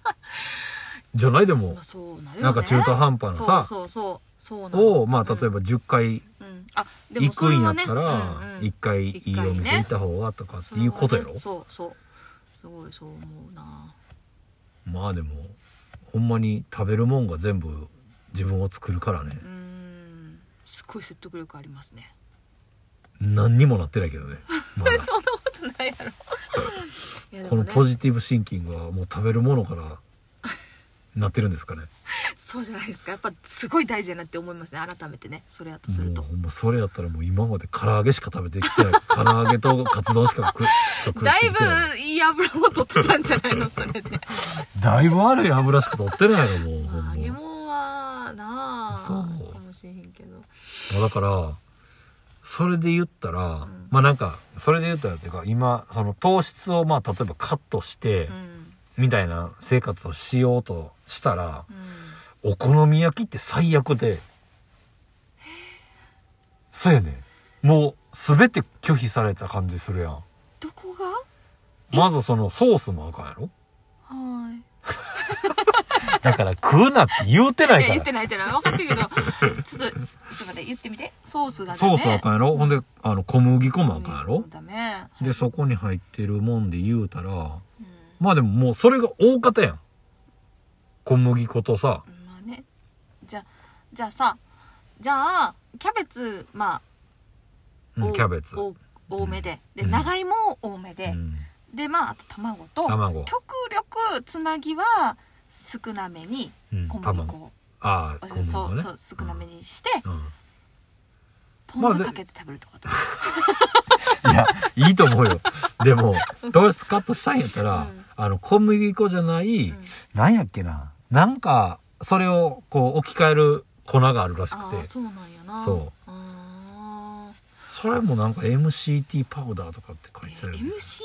じゃないでも
まあ、そうなるよ、ね、
なんか中途半端なさ
そうそうそうそうなの
をまあ例えば10回
うん、あで
行
もそ
く
れ
んや
は
っ
ね
たら
うんうん
1回いいお
一回
店
ね
行った方がとかっ
そ
て
れは
い
ね
うことやろ
そうそうすごいそう思うな
まあでもほんまに食べるもんが全部自分を作るからね
うーんすごい説得力ありますね
何にもなってないけ どね、 まだ
そんなことないやろ いやで
こ
も
の
ね
ポジティブシンキングはもう食べるもの からなってるんですかね
そうじゃないですかやっぱすごい大事やなって思いますね改めてねそれやとする
も
と
うほんまそれやったらもう今まで唐揚げしか食べてきてない唐揚げとカツ丼しか食しか食って
だい
きてない
ぶいい油を取ってたんじゃないのそ れで
だいぶ悪い油しか取ってないのもうほ
まあ揚げ
んま
物はな
そ
あ
う
かもしれへんけど
まあだからそれで言ったら、
ん
まあなんかそれで言ったらっていうか今その糖質をまあ例えばカットして
うん
みたいな生活をしようとしたら
う、ん
お好み焼きって最悪でそうやねもう全て拒否された感じするやん
どこがは
まずそのソースもあかんやろ
ーい
だから食うなって言うてない
いや
か
言って
ら。
ない言ってない分かってるけどちょっとちょっと待って言ってみてソース がダ
ソ
メ
ースあかんやろほんで、あの、小麦粉もあかんやろ
ダメ
で、そこに入ってるもんで言うたら、
うん
まあでももうそれが大方やん。小麦粉とさ、
まあねじゃあじゃあさじゃあキャベツまあ
うん
お
キャベツ。
お多めでで
うん
長芋を多め
う
で
ん
でまああと卵と
卵。
極力つなぎは少なめに
うん
小麦
卵。
粉
ああ、小
を
麦
そ
粉
う
ね。
そう少なめにして
うん。
ポン酢かけて食べるとかと
いや、いいと思うよ。で も、糖質カットしたいんやった
う
ら
ん、
あの、小麦粉じゃない、なんやっけな。なんか、それをこう置き換える粉があるらし
あ
く
あ
て。
そうなんやな
そう
あ
それもなんか MCT パウダーとかって
ー
書いてある、
MCT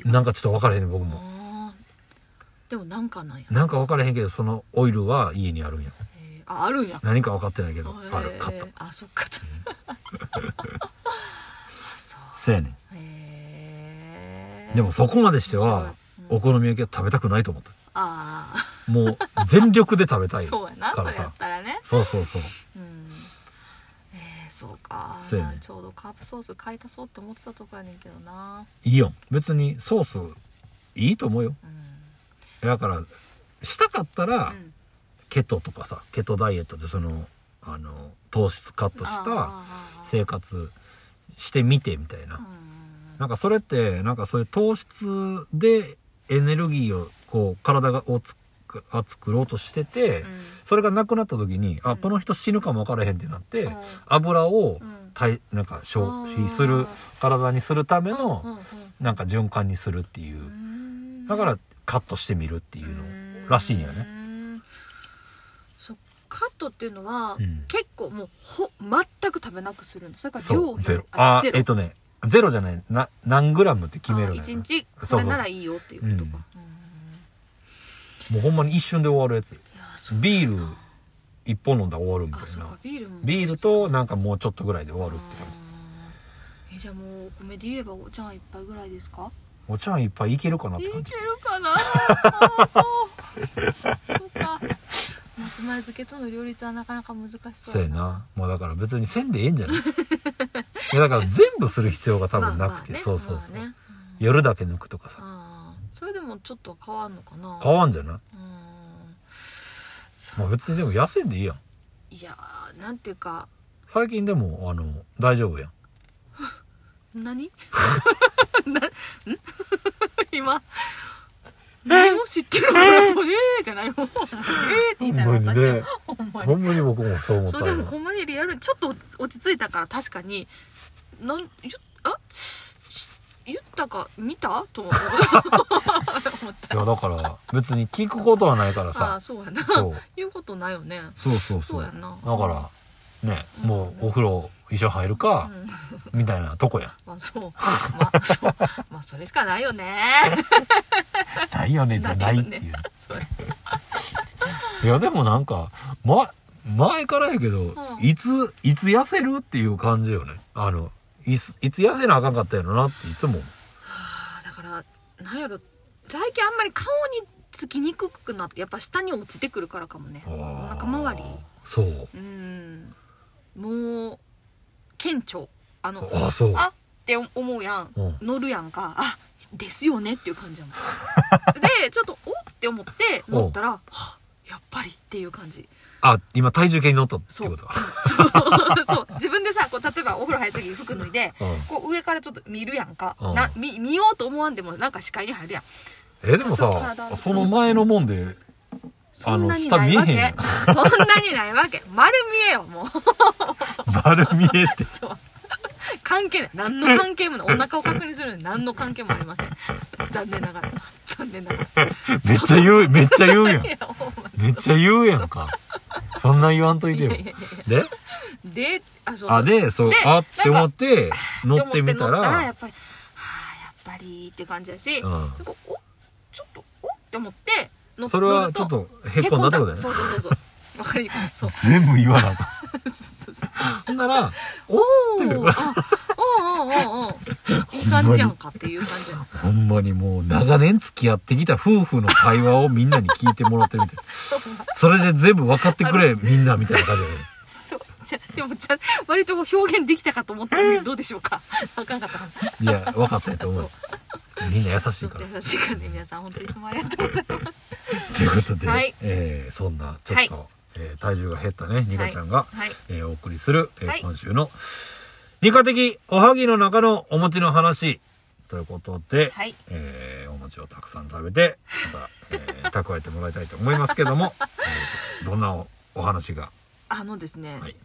って
なんかちょっと分からへんね僕も
あーでもなんかなんや
なんか分からへんけどそのオイルは家にあるんや
えーああるんや
何か分かってないけど
へー
ある買った
あそっかあそう
せやね
へ
んでもそこまでしては
面白いうん
お好み焼きは食べたくないと思った
ああ
もう全力で食べたい
そうや
か
なそ
ら
れや
さ
ったらね
そうそうそう
うんえー、そうか
そうやね
ちょうどカープソース買い足そうって思ってたとこやねんけどない
いよ別にソースいいと思うよ
うん
だからしたかったら、
うん
ケトとかさケトダイエットでそのあの糖質カットし
あー
た
あー
生活してみてみたいな、
あー
なんかそれって、なんかそういう糖質でエネルギーを、こう、体がをつく、あ作ろうとしてて、
うん
それがなくなった時に、
うん
あ、この人死ぬかもわからへんってなって、
うん
油を
う、ん
たいなんか消費す
あー
る、体にするため
う
の、
んうん
なんか循環にするっていうう。
ん
だから、カットしてみるっていうのらしいんよね。
ねそうカットっていうのは、
うん
結構もうほ全く食べなくするんですだから量
そ
を
う、ゼロ。あ、えっとね、ゼロじゃない、な、何グラムって決めるのよ
1
な
日これならいいよっていうことかうん
もうほんまに一瞬で終わるやつ。
いやそう
ビール、一本飲んだら終わるみ
あ
たい
そう
な
か。ビールも
ビールとなんかもうちょっとぐらいで終わるっていう
あーえじゃあもうお米で言えばお茶碗一杯ぐらいですか
お茶碗いっぱいいけるかなっ
い
て
け
感
る
じ
かなあーそうそうか松前漬けとの両立はなかなか難しそう
そうやなもうだから別にせんでええんじゃないいやだから全部する必要が多分なくて、
まあまあね
そうそうそう、
まあねうん
夜だけ抜くとかさ
あそれでもちょっと変わんのかな
変わんじゃない、
うーんそ
まあ、別にでも痩せんでいいやん
いやーなんていうか
最近でもあの大丈夫やん
何 なうん 今何も知って るからとええじゃないもうええって言いたい
ほんまにね
私ほんま
ほ
に
んまに僕もそう思っ
そ
た
れでも
よ
ほんまにリアルにちょっと落ち着いたから確かになんゆあし言ったか見たと 思う思っ
い
た
やだから別に聞くことはないから
ああ
さ
そうやな
そう
言うことないよね
そうそうそ
そううやんな
だからね
うん
もうお風呂一緒入る
う
か、
ん
みたいなとこやん
まあそうまあそうまあそれしかないよね
ないよね
ないよねそうや
いやでもなんか、ま、前からやけど、
ん
いついつ痩せるっていう感じよねあのいついつ痩せなあかんかったやろなっていつも
あーだからなんやろ最近あんまり顔につきにくくなってやっぱ下に落ちてくるからかもねお
あ
腹
ー
周り
そう
うんもう顕著あの
あそう
あって思うやん
うん
乗るやんかあですよねっていう感じやもんでちょっとおって思って乗ったらはあやっぱりっていう感じ
あ今体重計に乗ったってことか
そう そう自分でさこう例えばお風呂入る時に服脱いで
うん
こう上からちょっと見るやんか、
うん
な見見ようと思わんでもなんか視界に入るやん
えでもさ
体の
その前のもんで
そんなにないわ
あの下見えへ
け
ん
そんなにないわけ丸見えよもう
丸見えって
そう関係ない何の関係もないお腹を確認するのに何の関係もありません残念ながら残念ながら
めっちゃ言うめっちゃ言うやん
いやほんま
めっちゃ言うやんかそんな言わんといてよ
いやいやい
で
であそうそう
あでそう
で
あって思って乗ってみた
思乗ったらや
ら
っぱりはあやっぱりっていう感じだし、
う
なん
ん
かおちょっとおって思って乗っ
それ
乗
は
る
ちょっとへっこんだってことだ
へ
よ
そ
ね
うそうそうそうわかりにくいそうそ
全部言わなあかん
うそうそう
ほんなら、お
お
って
ーあおーおーおーおーいい感じやんかっていう感じやん
ほんまにもう長年付き合ってきた夫婦の会話をみんなに聞いてもらって みたいな。それで全部分かってくれ、みんな、みたいな感じだね。
そうじゃでもじゃ割とこう表現できたかと思ったのにどうでしょうかあかんかったか
いや、分かったやと思
そう
う。みんな優し
ちょ
い
っ
か
と
ら。
優しいからね皆さん本当いつもありがとうございます
ということで、
はい
えーそんなちょっと、えー体重が減ったね、ニカちゃんが、
はい
えーお送りする、えー
はい
今週の、ニカ的おはぎの中のお餅の話。ということで、
はい
えーお餅をたくさん食べて、また、え ー蓄えてもらいたいと思いますけども、えーどんなおお話が、
あのですね、
はい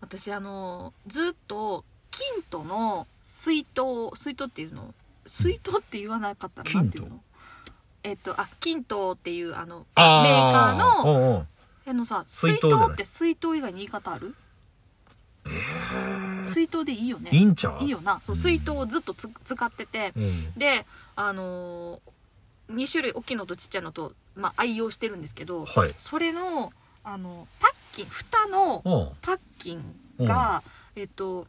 私あのずっと金都の水筒水筒っていうの水筒って言わなかったらなんていうのえっとあ金都っていうあのメ
あ
ーカーの
おうおう
あのさ水
水
筒
筒じゃない
って水筒以外に言い方ある水筒でいいよね
いいんちゃう
いいよなそう
うん
水筒をずっとつ使ってて
うん
であのー、2種類大きいのとちっちゃいのと、まあ、愛用してるんですけど
はい
それのあのパッキン蓋の
うん
パッキンが、えっと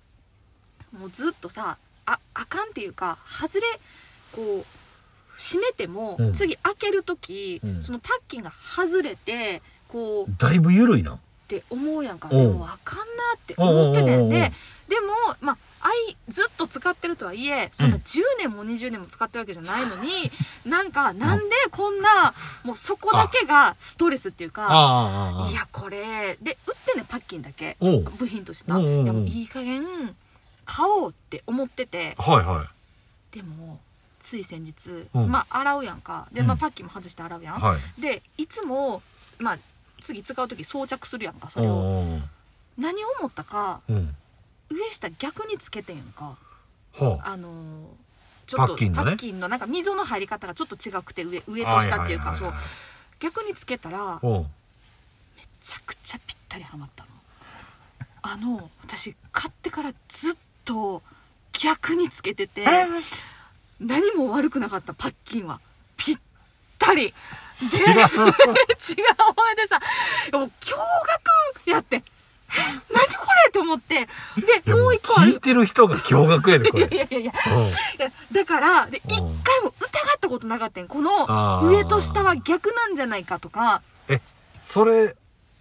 もうずっとさああかんっていうか外れこう閉めても、
うん
次開ける時、
うん
そのパッキンが外れてこうっ
だいぶ緩いな
て思うやんか
おう
でもあかんなって思ってたん
おうおうおうおう
ででもまあ愛ずっと使ってるとはいえそんな
うん
10年も20年も使ってるわけじゃないの に、なんかなんでこんなもうそこだけがストレスっていう
あ
か
あああ
いやこれで売ってんねんパッキンだけ
おう
部品としてな、
うんうんうん
いやもういい加減買おうって思ってて
はいは
でもつい先日、
うん
まあ洗うやんかで、
う
まあ、
ん
パッキンも外して洗うや
い
ん、
はい
でいつもまあ次使う時装着するやんかそ
おう
れを
おう
何を思ったか
おううん
上下逆につけてんやんか
はあ
あのーちょっ
パ
と
ッキンのね
のなんか溝の入り方がちょっと違くて上上と下っていうか
はは
そ
は
う
は
逆につけたらめ
おう
ちゃくちゃぴったりはまったのあの私買ってからずっと逆につけてて何も悪くなかったパッキンはぴったり
知らん
違うお前でさもう驚愕やってえ何これと思って
い
で
や
も
もう
う一個あ
聞い
る
てる人が驚愕やでこ
い
れ
やいやいやいや
うん
いやだからで一
うん
回も疑ったことなかったんこ
あ
の
ー
上と下は逆なんじゃないかとか、
それ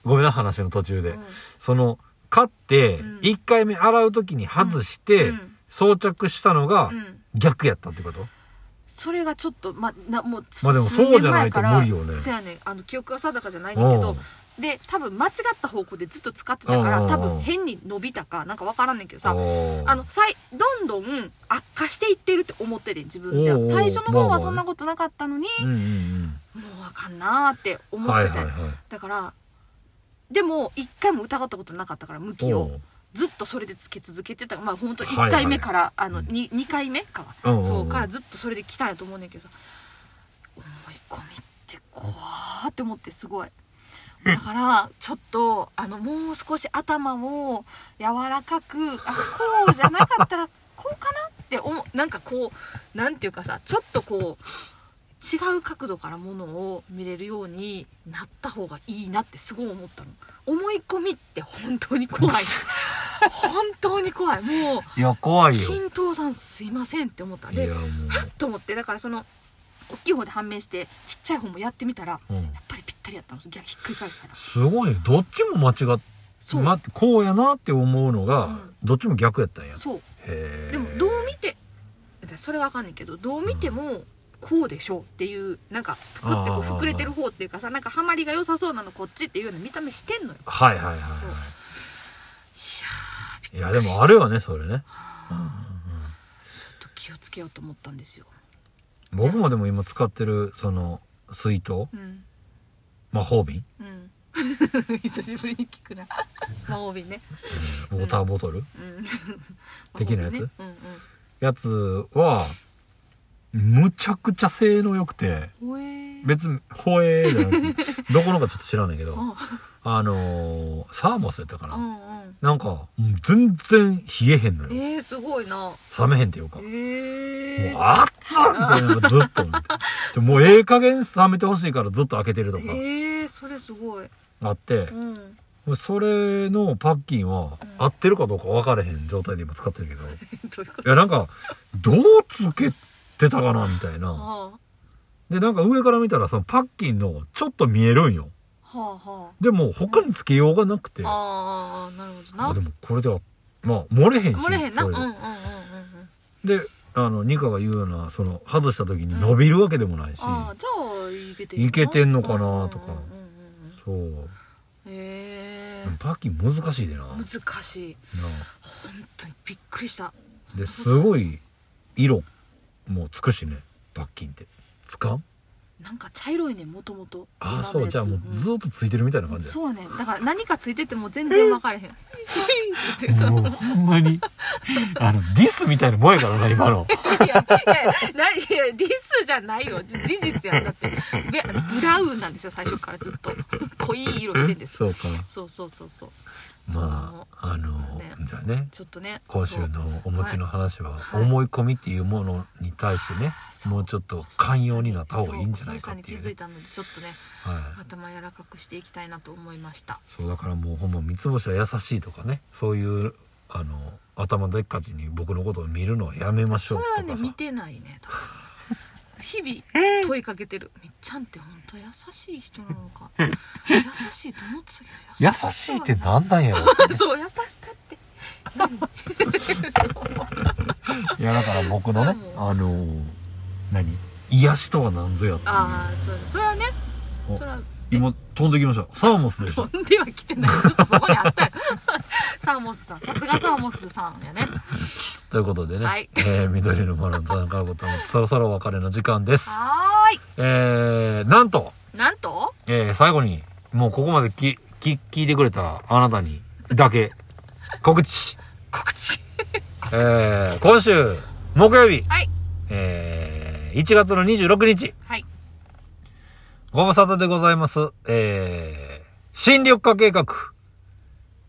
ごめんな話の途中
う
で
ん
その買って
うん
1回目洗う時に外し
う
て
ん
装着したのが
うん
逆やったってこと
それがちょっとまなもう
まあでも
数年
そうじゃないと
前から
無理よね
せやねんあの記憶が定かじゃないねんだけ
う
ど
ん
で多分間違った方向でずっと使ってたから
うんうんうん
多分変に伸びたかなんかわからんねんけどさ
うん
あのさいどんどん悪化していってるって思ってて自分で
おうお
は
う
最初の方
ま
は
あまあね
そんなことなかったのに
うんうん
もうあかんなーっ
う
て
ん
思っ
はい
て
はい
て
はい
だからでも一回も疑ったことなかったから向きをずっとそれでつけ続けてたまあ本当
はいは
1
い
回目から、あの
うん
2, 2回目かは
うんうんうん
そうからずっとそれで来たんやと思うねんけどさ思い込みって怖ーって思ってすごいだからちょっとあのもう少し頭を柔らかくあこうじゃなかったら こうかなって思うなんかこうなんていうかさちょっとこう違う角度からものを見れるようになった方がいいなってすごい思ったの思い込みって本当に 怖い本当に怖いもう
いや怖いよ
金藤さんすいませんって思った
い
で
やも
と思ってだからその大きい方で判明してちっちゃい方もやってみたらや
う、うん、
っぱりぴったりやったんです逆ひっくり返したら
すごいねどっちも間違っ
そう、
まこうやなって思うのが、
うん
どっちも逆やったんや
そう
へえ
でもどう見てそれはわかんないけどどう見てもこうでしょうっていうなんかぷくってこう
あー
膨れてる方っていうかさなんかハマりが良さそうなのこっちっていうような見た目してんのよ
はいはいはいは
そう
いいやでもあれはねそれね、うんうんうん
ちょっと気をつけようと思ったんですよ、
僕もでも今使ってるその水筒
うん
魔法瓶
うん 久しぶりに聞 くな魔法瓶ね、
ウォーターボトル、
うん、
的なやつ
魔法瓶ねうん
やつはむちゃくちゃ性能良くて
うんほえー
別に「ほえ」じゃなく てどこのかちょっと知らないけど
あ
あのー、サーモスやったかな、
うんうん
なんかうん全然冷えへんのよ
えー、すごいな
冷めへんっていうか
え
もう
ー、
熱っみたいなのがずっと思ってちょもうええ加減冷めてほしいからずっと開けてるとか
えー、それすごい
あって
うん
それのパッキンは
うん
合ってるかどうか分からへん状態で今使ってるけどい
どういうこと
やなんかどうつけてたかなみたいな
は
で、なんか上から見たら、そのパッキンのちょっと見えるんよ。
あはあは
でも、他につけようがなくて。
ああーあーなるほど
あ
な
でも、これでは、まあ、漏れへんし。
漏れへんな
そ
うん
れ
うん
で
うんうんうん
で、あの、ニカが言うような、その、外した時に伸びるわけでもないし。
ああじゃあいけて
いけてんのかなとか
うんうんうんうん
そう。
え
でもパッキン難しいでな。な
ー、難しい本当にびっくりした
あで、すごい、色もつくしね、パッキンって。つかん
なんか茶色いねもともと
ああ、そう。じゃあもうず
っ
ーっとついてるみたいな
と
感じや。
そうねだから何かついてても全然分からへ んって言ってた
もうほんまに、あの、ディスみたいなもんやからな、今の。
いや、いや、ないいや、ディスじゃないよ。じ事実やん。だって、べブラウンなんですよ、最初からずっと。濃い色してんです。
そうか。
そうそうそうそう。そうな
ま
の
ああの、
ね
じゃあね
ちょっとね。
今週
そう
のお餅の話は
はい
思い込みっていうものに対してね、
そう
もうちょっと寛容になった方がいいんじゃないかってい
そう
ね
そに気づいたので、ちょっとね、
はい、
頭柔らかくしていきたいなと思いました。
そうだからもうほんま三つ星は優しいとかねそういうあの頭でっかちに僕のことを見るのはやめましょ
そうれは
と
ね、
か
見
さ
てないね、多分日々問いかけてる。みっちゃんって本当優しい人なのか。優しいと思ってたけど
優しいって何なんやろ
そう、優しさって。何
いやだから僕のね
そう
あの何癒しとは何ぞやっていう
ああ、そうそれはね、
お
それは
今飛んできましたサーモスでした
飛んでは来てない。ずっとそこにあったよ。 サーモスさん。さすがサーモスさんやね。
ということでね、
はい
えー緑のバラの田中ことのそろそろお別れの時間です
はーい。
えー、なんと、
なんと
えー、最後に、もうここまでき、き、聞いてくれたあなたに、だけ、告知。
告知。
えー、今週、木曜日、
はい。
えー、1月の26日、
はい。
ご無沙汰でございます。えー、新緑化計画、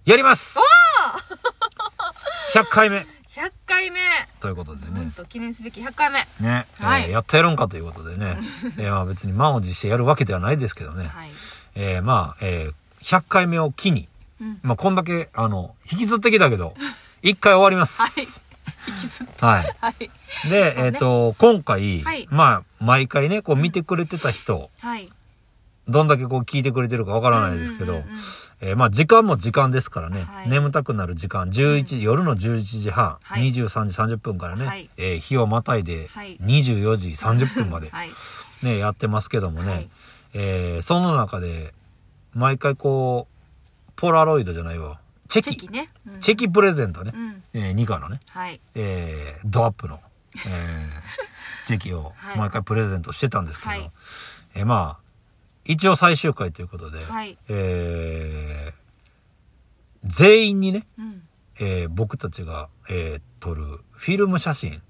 やります100回目
100回目。
ということで
なん
ね。
と記念すべき100回目。
ね、
はい
えーやってやるんかということで ね。えー、まあ別に満を持してやるわけではないですけどね。
はい。
えー、まあ、えー、100回目を機に、
うん。
まあ、こんだけ、あの、引きずってきたけ ど、一回終わります。
はい。引きずっ
はい。
はい。
で、
そう
え
ね
っ、と、今回、
はい
まあ、毎回ね、こう見てくれてた人、
はい。
どんだけこう聞いてくれてるかわからないですけど、
うんうんうんうん
えーまあ時間も時間ですからね、
はい
眠たくなる時間11時、夜の11時半、
は
23
い
時30分からね、
はい
えー日をまたいで
はい
24時30分まで、
はい。
ね、 やってますけどもね、
はい
えーその中で毎回こうポラロイドじゃないわチェ
チェ
キ
キね。うん
チェ。キプレゼントね
う、ん。
えー、ニカのね、
はい。
えードアップの、え ーチェキを
はい
毎回プレゼントしてたんですけど、
はい
えーまあ一応最終回ということで、
はい
えー全員にね、
うん。
えー僕たちが、えー撮るフィルム写真、
うん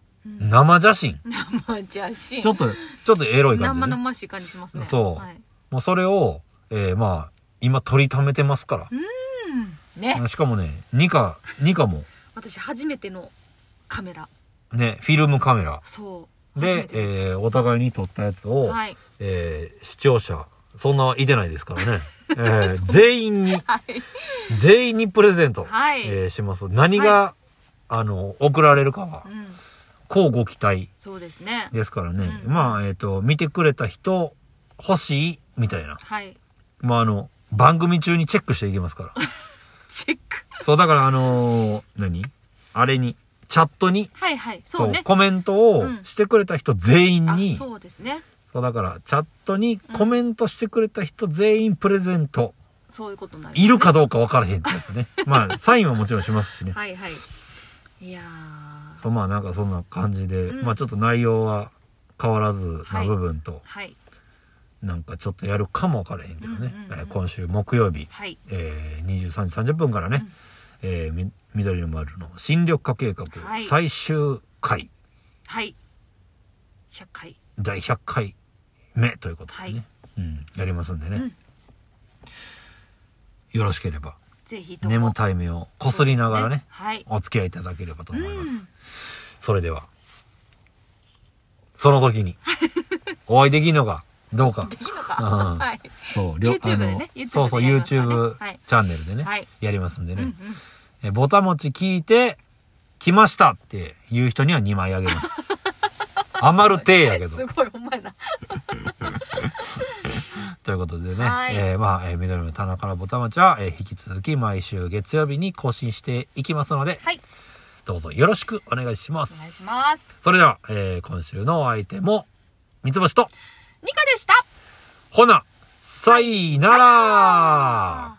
生写真
生写真。
ちょっとちょっとエロい感じ、
生
ね、
々しい感じしますね。
そう
はい。
もうそれを、えーまあ、今取りためてますか
うん。ね。
ら。しかもね、ニカ、ニカも、
私初めてのカメラ。
ね、フィルムカメラ
そう。初め
で、
てす
えーお互いに撮ったやつを、
はい。
えー視聴者、そんないてないですから ね。えー全員に、
はい。
全員にプレゼント、
はい
えーします。何が、あの、送られるかは
う、ん。
こうご期待
そうですね。
ですからね。
うん
まあ、えっ、と、見てくれた人、欲しい、みたいな。
はい。
まあ、あの、番組中にチェックしていきます から。
チェック。
そう、だからあのー何あれに、チャットに、
はいはい。そうね。
コメントを
うん
してくれた人全員
あ
に、、そう
そうですね。
だから、チャットに
うん
コメントしてくれた人全員プレゼント、
そういうことになる、
いるかどうか分からへんってやつね。 まあ、サインはもちろんしますしね。
はいはい。いやー。
そう、まあなんかそんな感じで、
うん
まあちょっと内容は変わらずな
はい
部分と、
はい。
なんかちょっとやるかも分からへんけどね。
うんうんうん
えー今週木曜日、
はい。
えー23時30分からね、えーみ緑の丸の新緑化計画
はい
最終回、
はい。100回。
第100回目ということでね、
はい
うん、やりますんでね、
うん
よろしければ
ぜひとも。
眠たい目をこすりながらね
はい。
お付き合いいただければと思います、
うん
それではその時 にお会いできるのかどうか
できるのか。
うん
はい。
そう両
YouTube でね
あの
YouTube
そうそう
でやりますからね
YouTube
はい
チャンネルでね、
はい
やりますんで
うん
ね、
うん。
えボタモチ聞いて来ましたっていう人には2枚あげます 余る 手やけど
すごい、お前な。
ということでね、
はい
えーまあ、えー、緑の棚からぼたまちは、えー引き続き毎週月曜日に更新していきますので、
はい。
どうぞよろしくお願いしま
お
す。
願いします。
それでは、えー今週のお相手も、三つ星と、
ニカでした
ほな、さいなら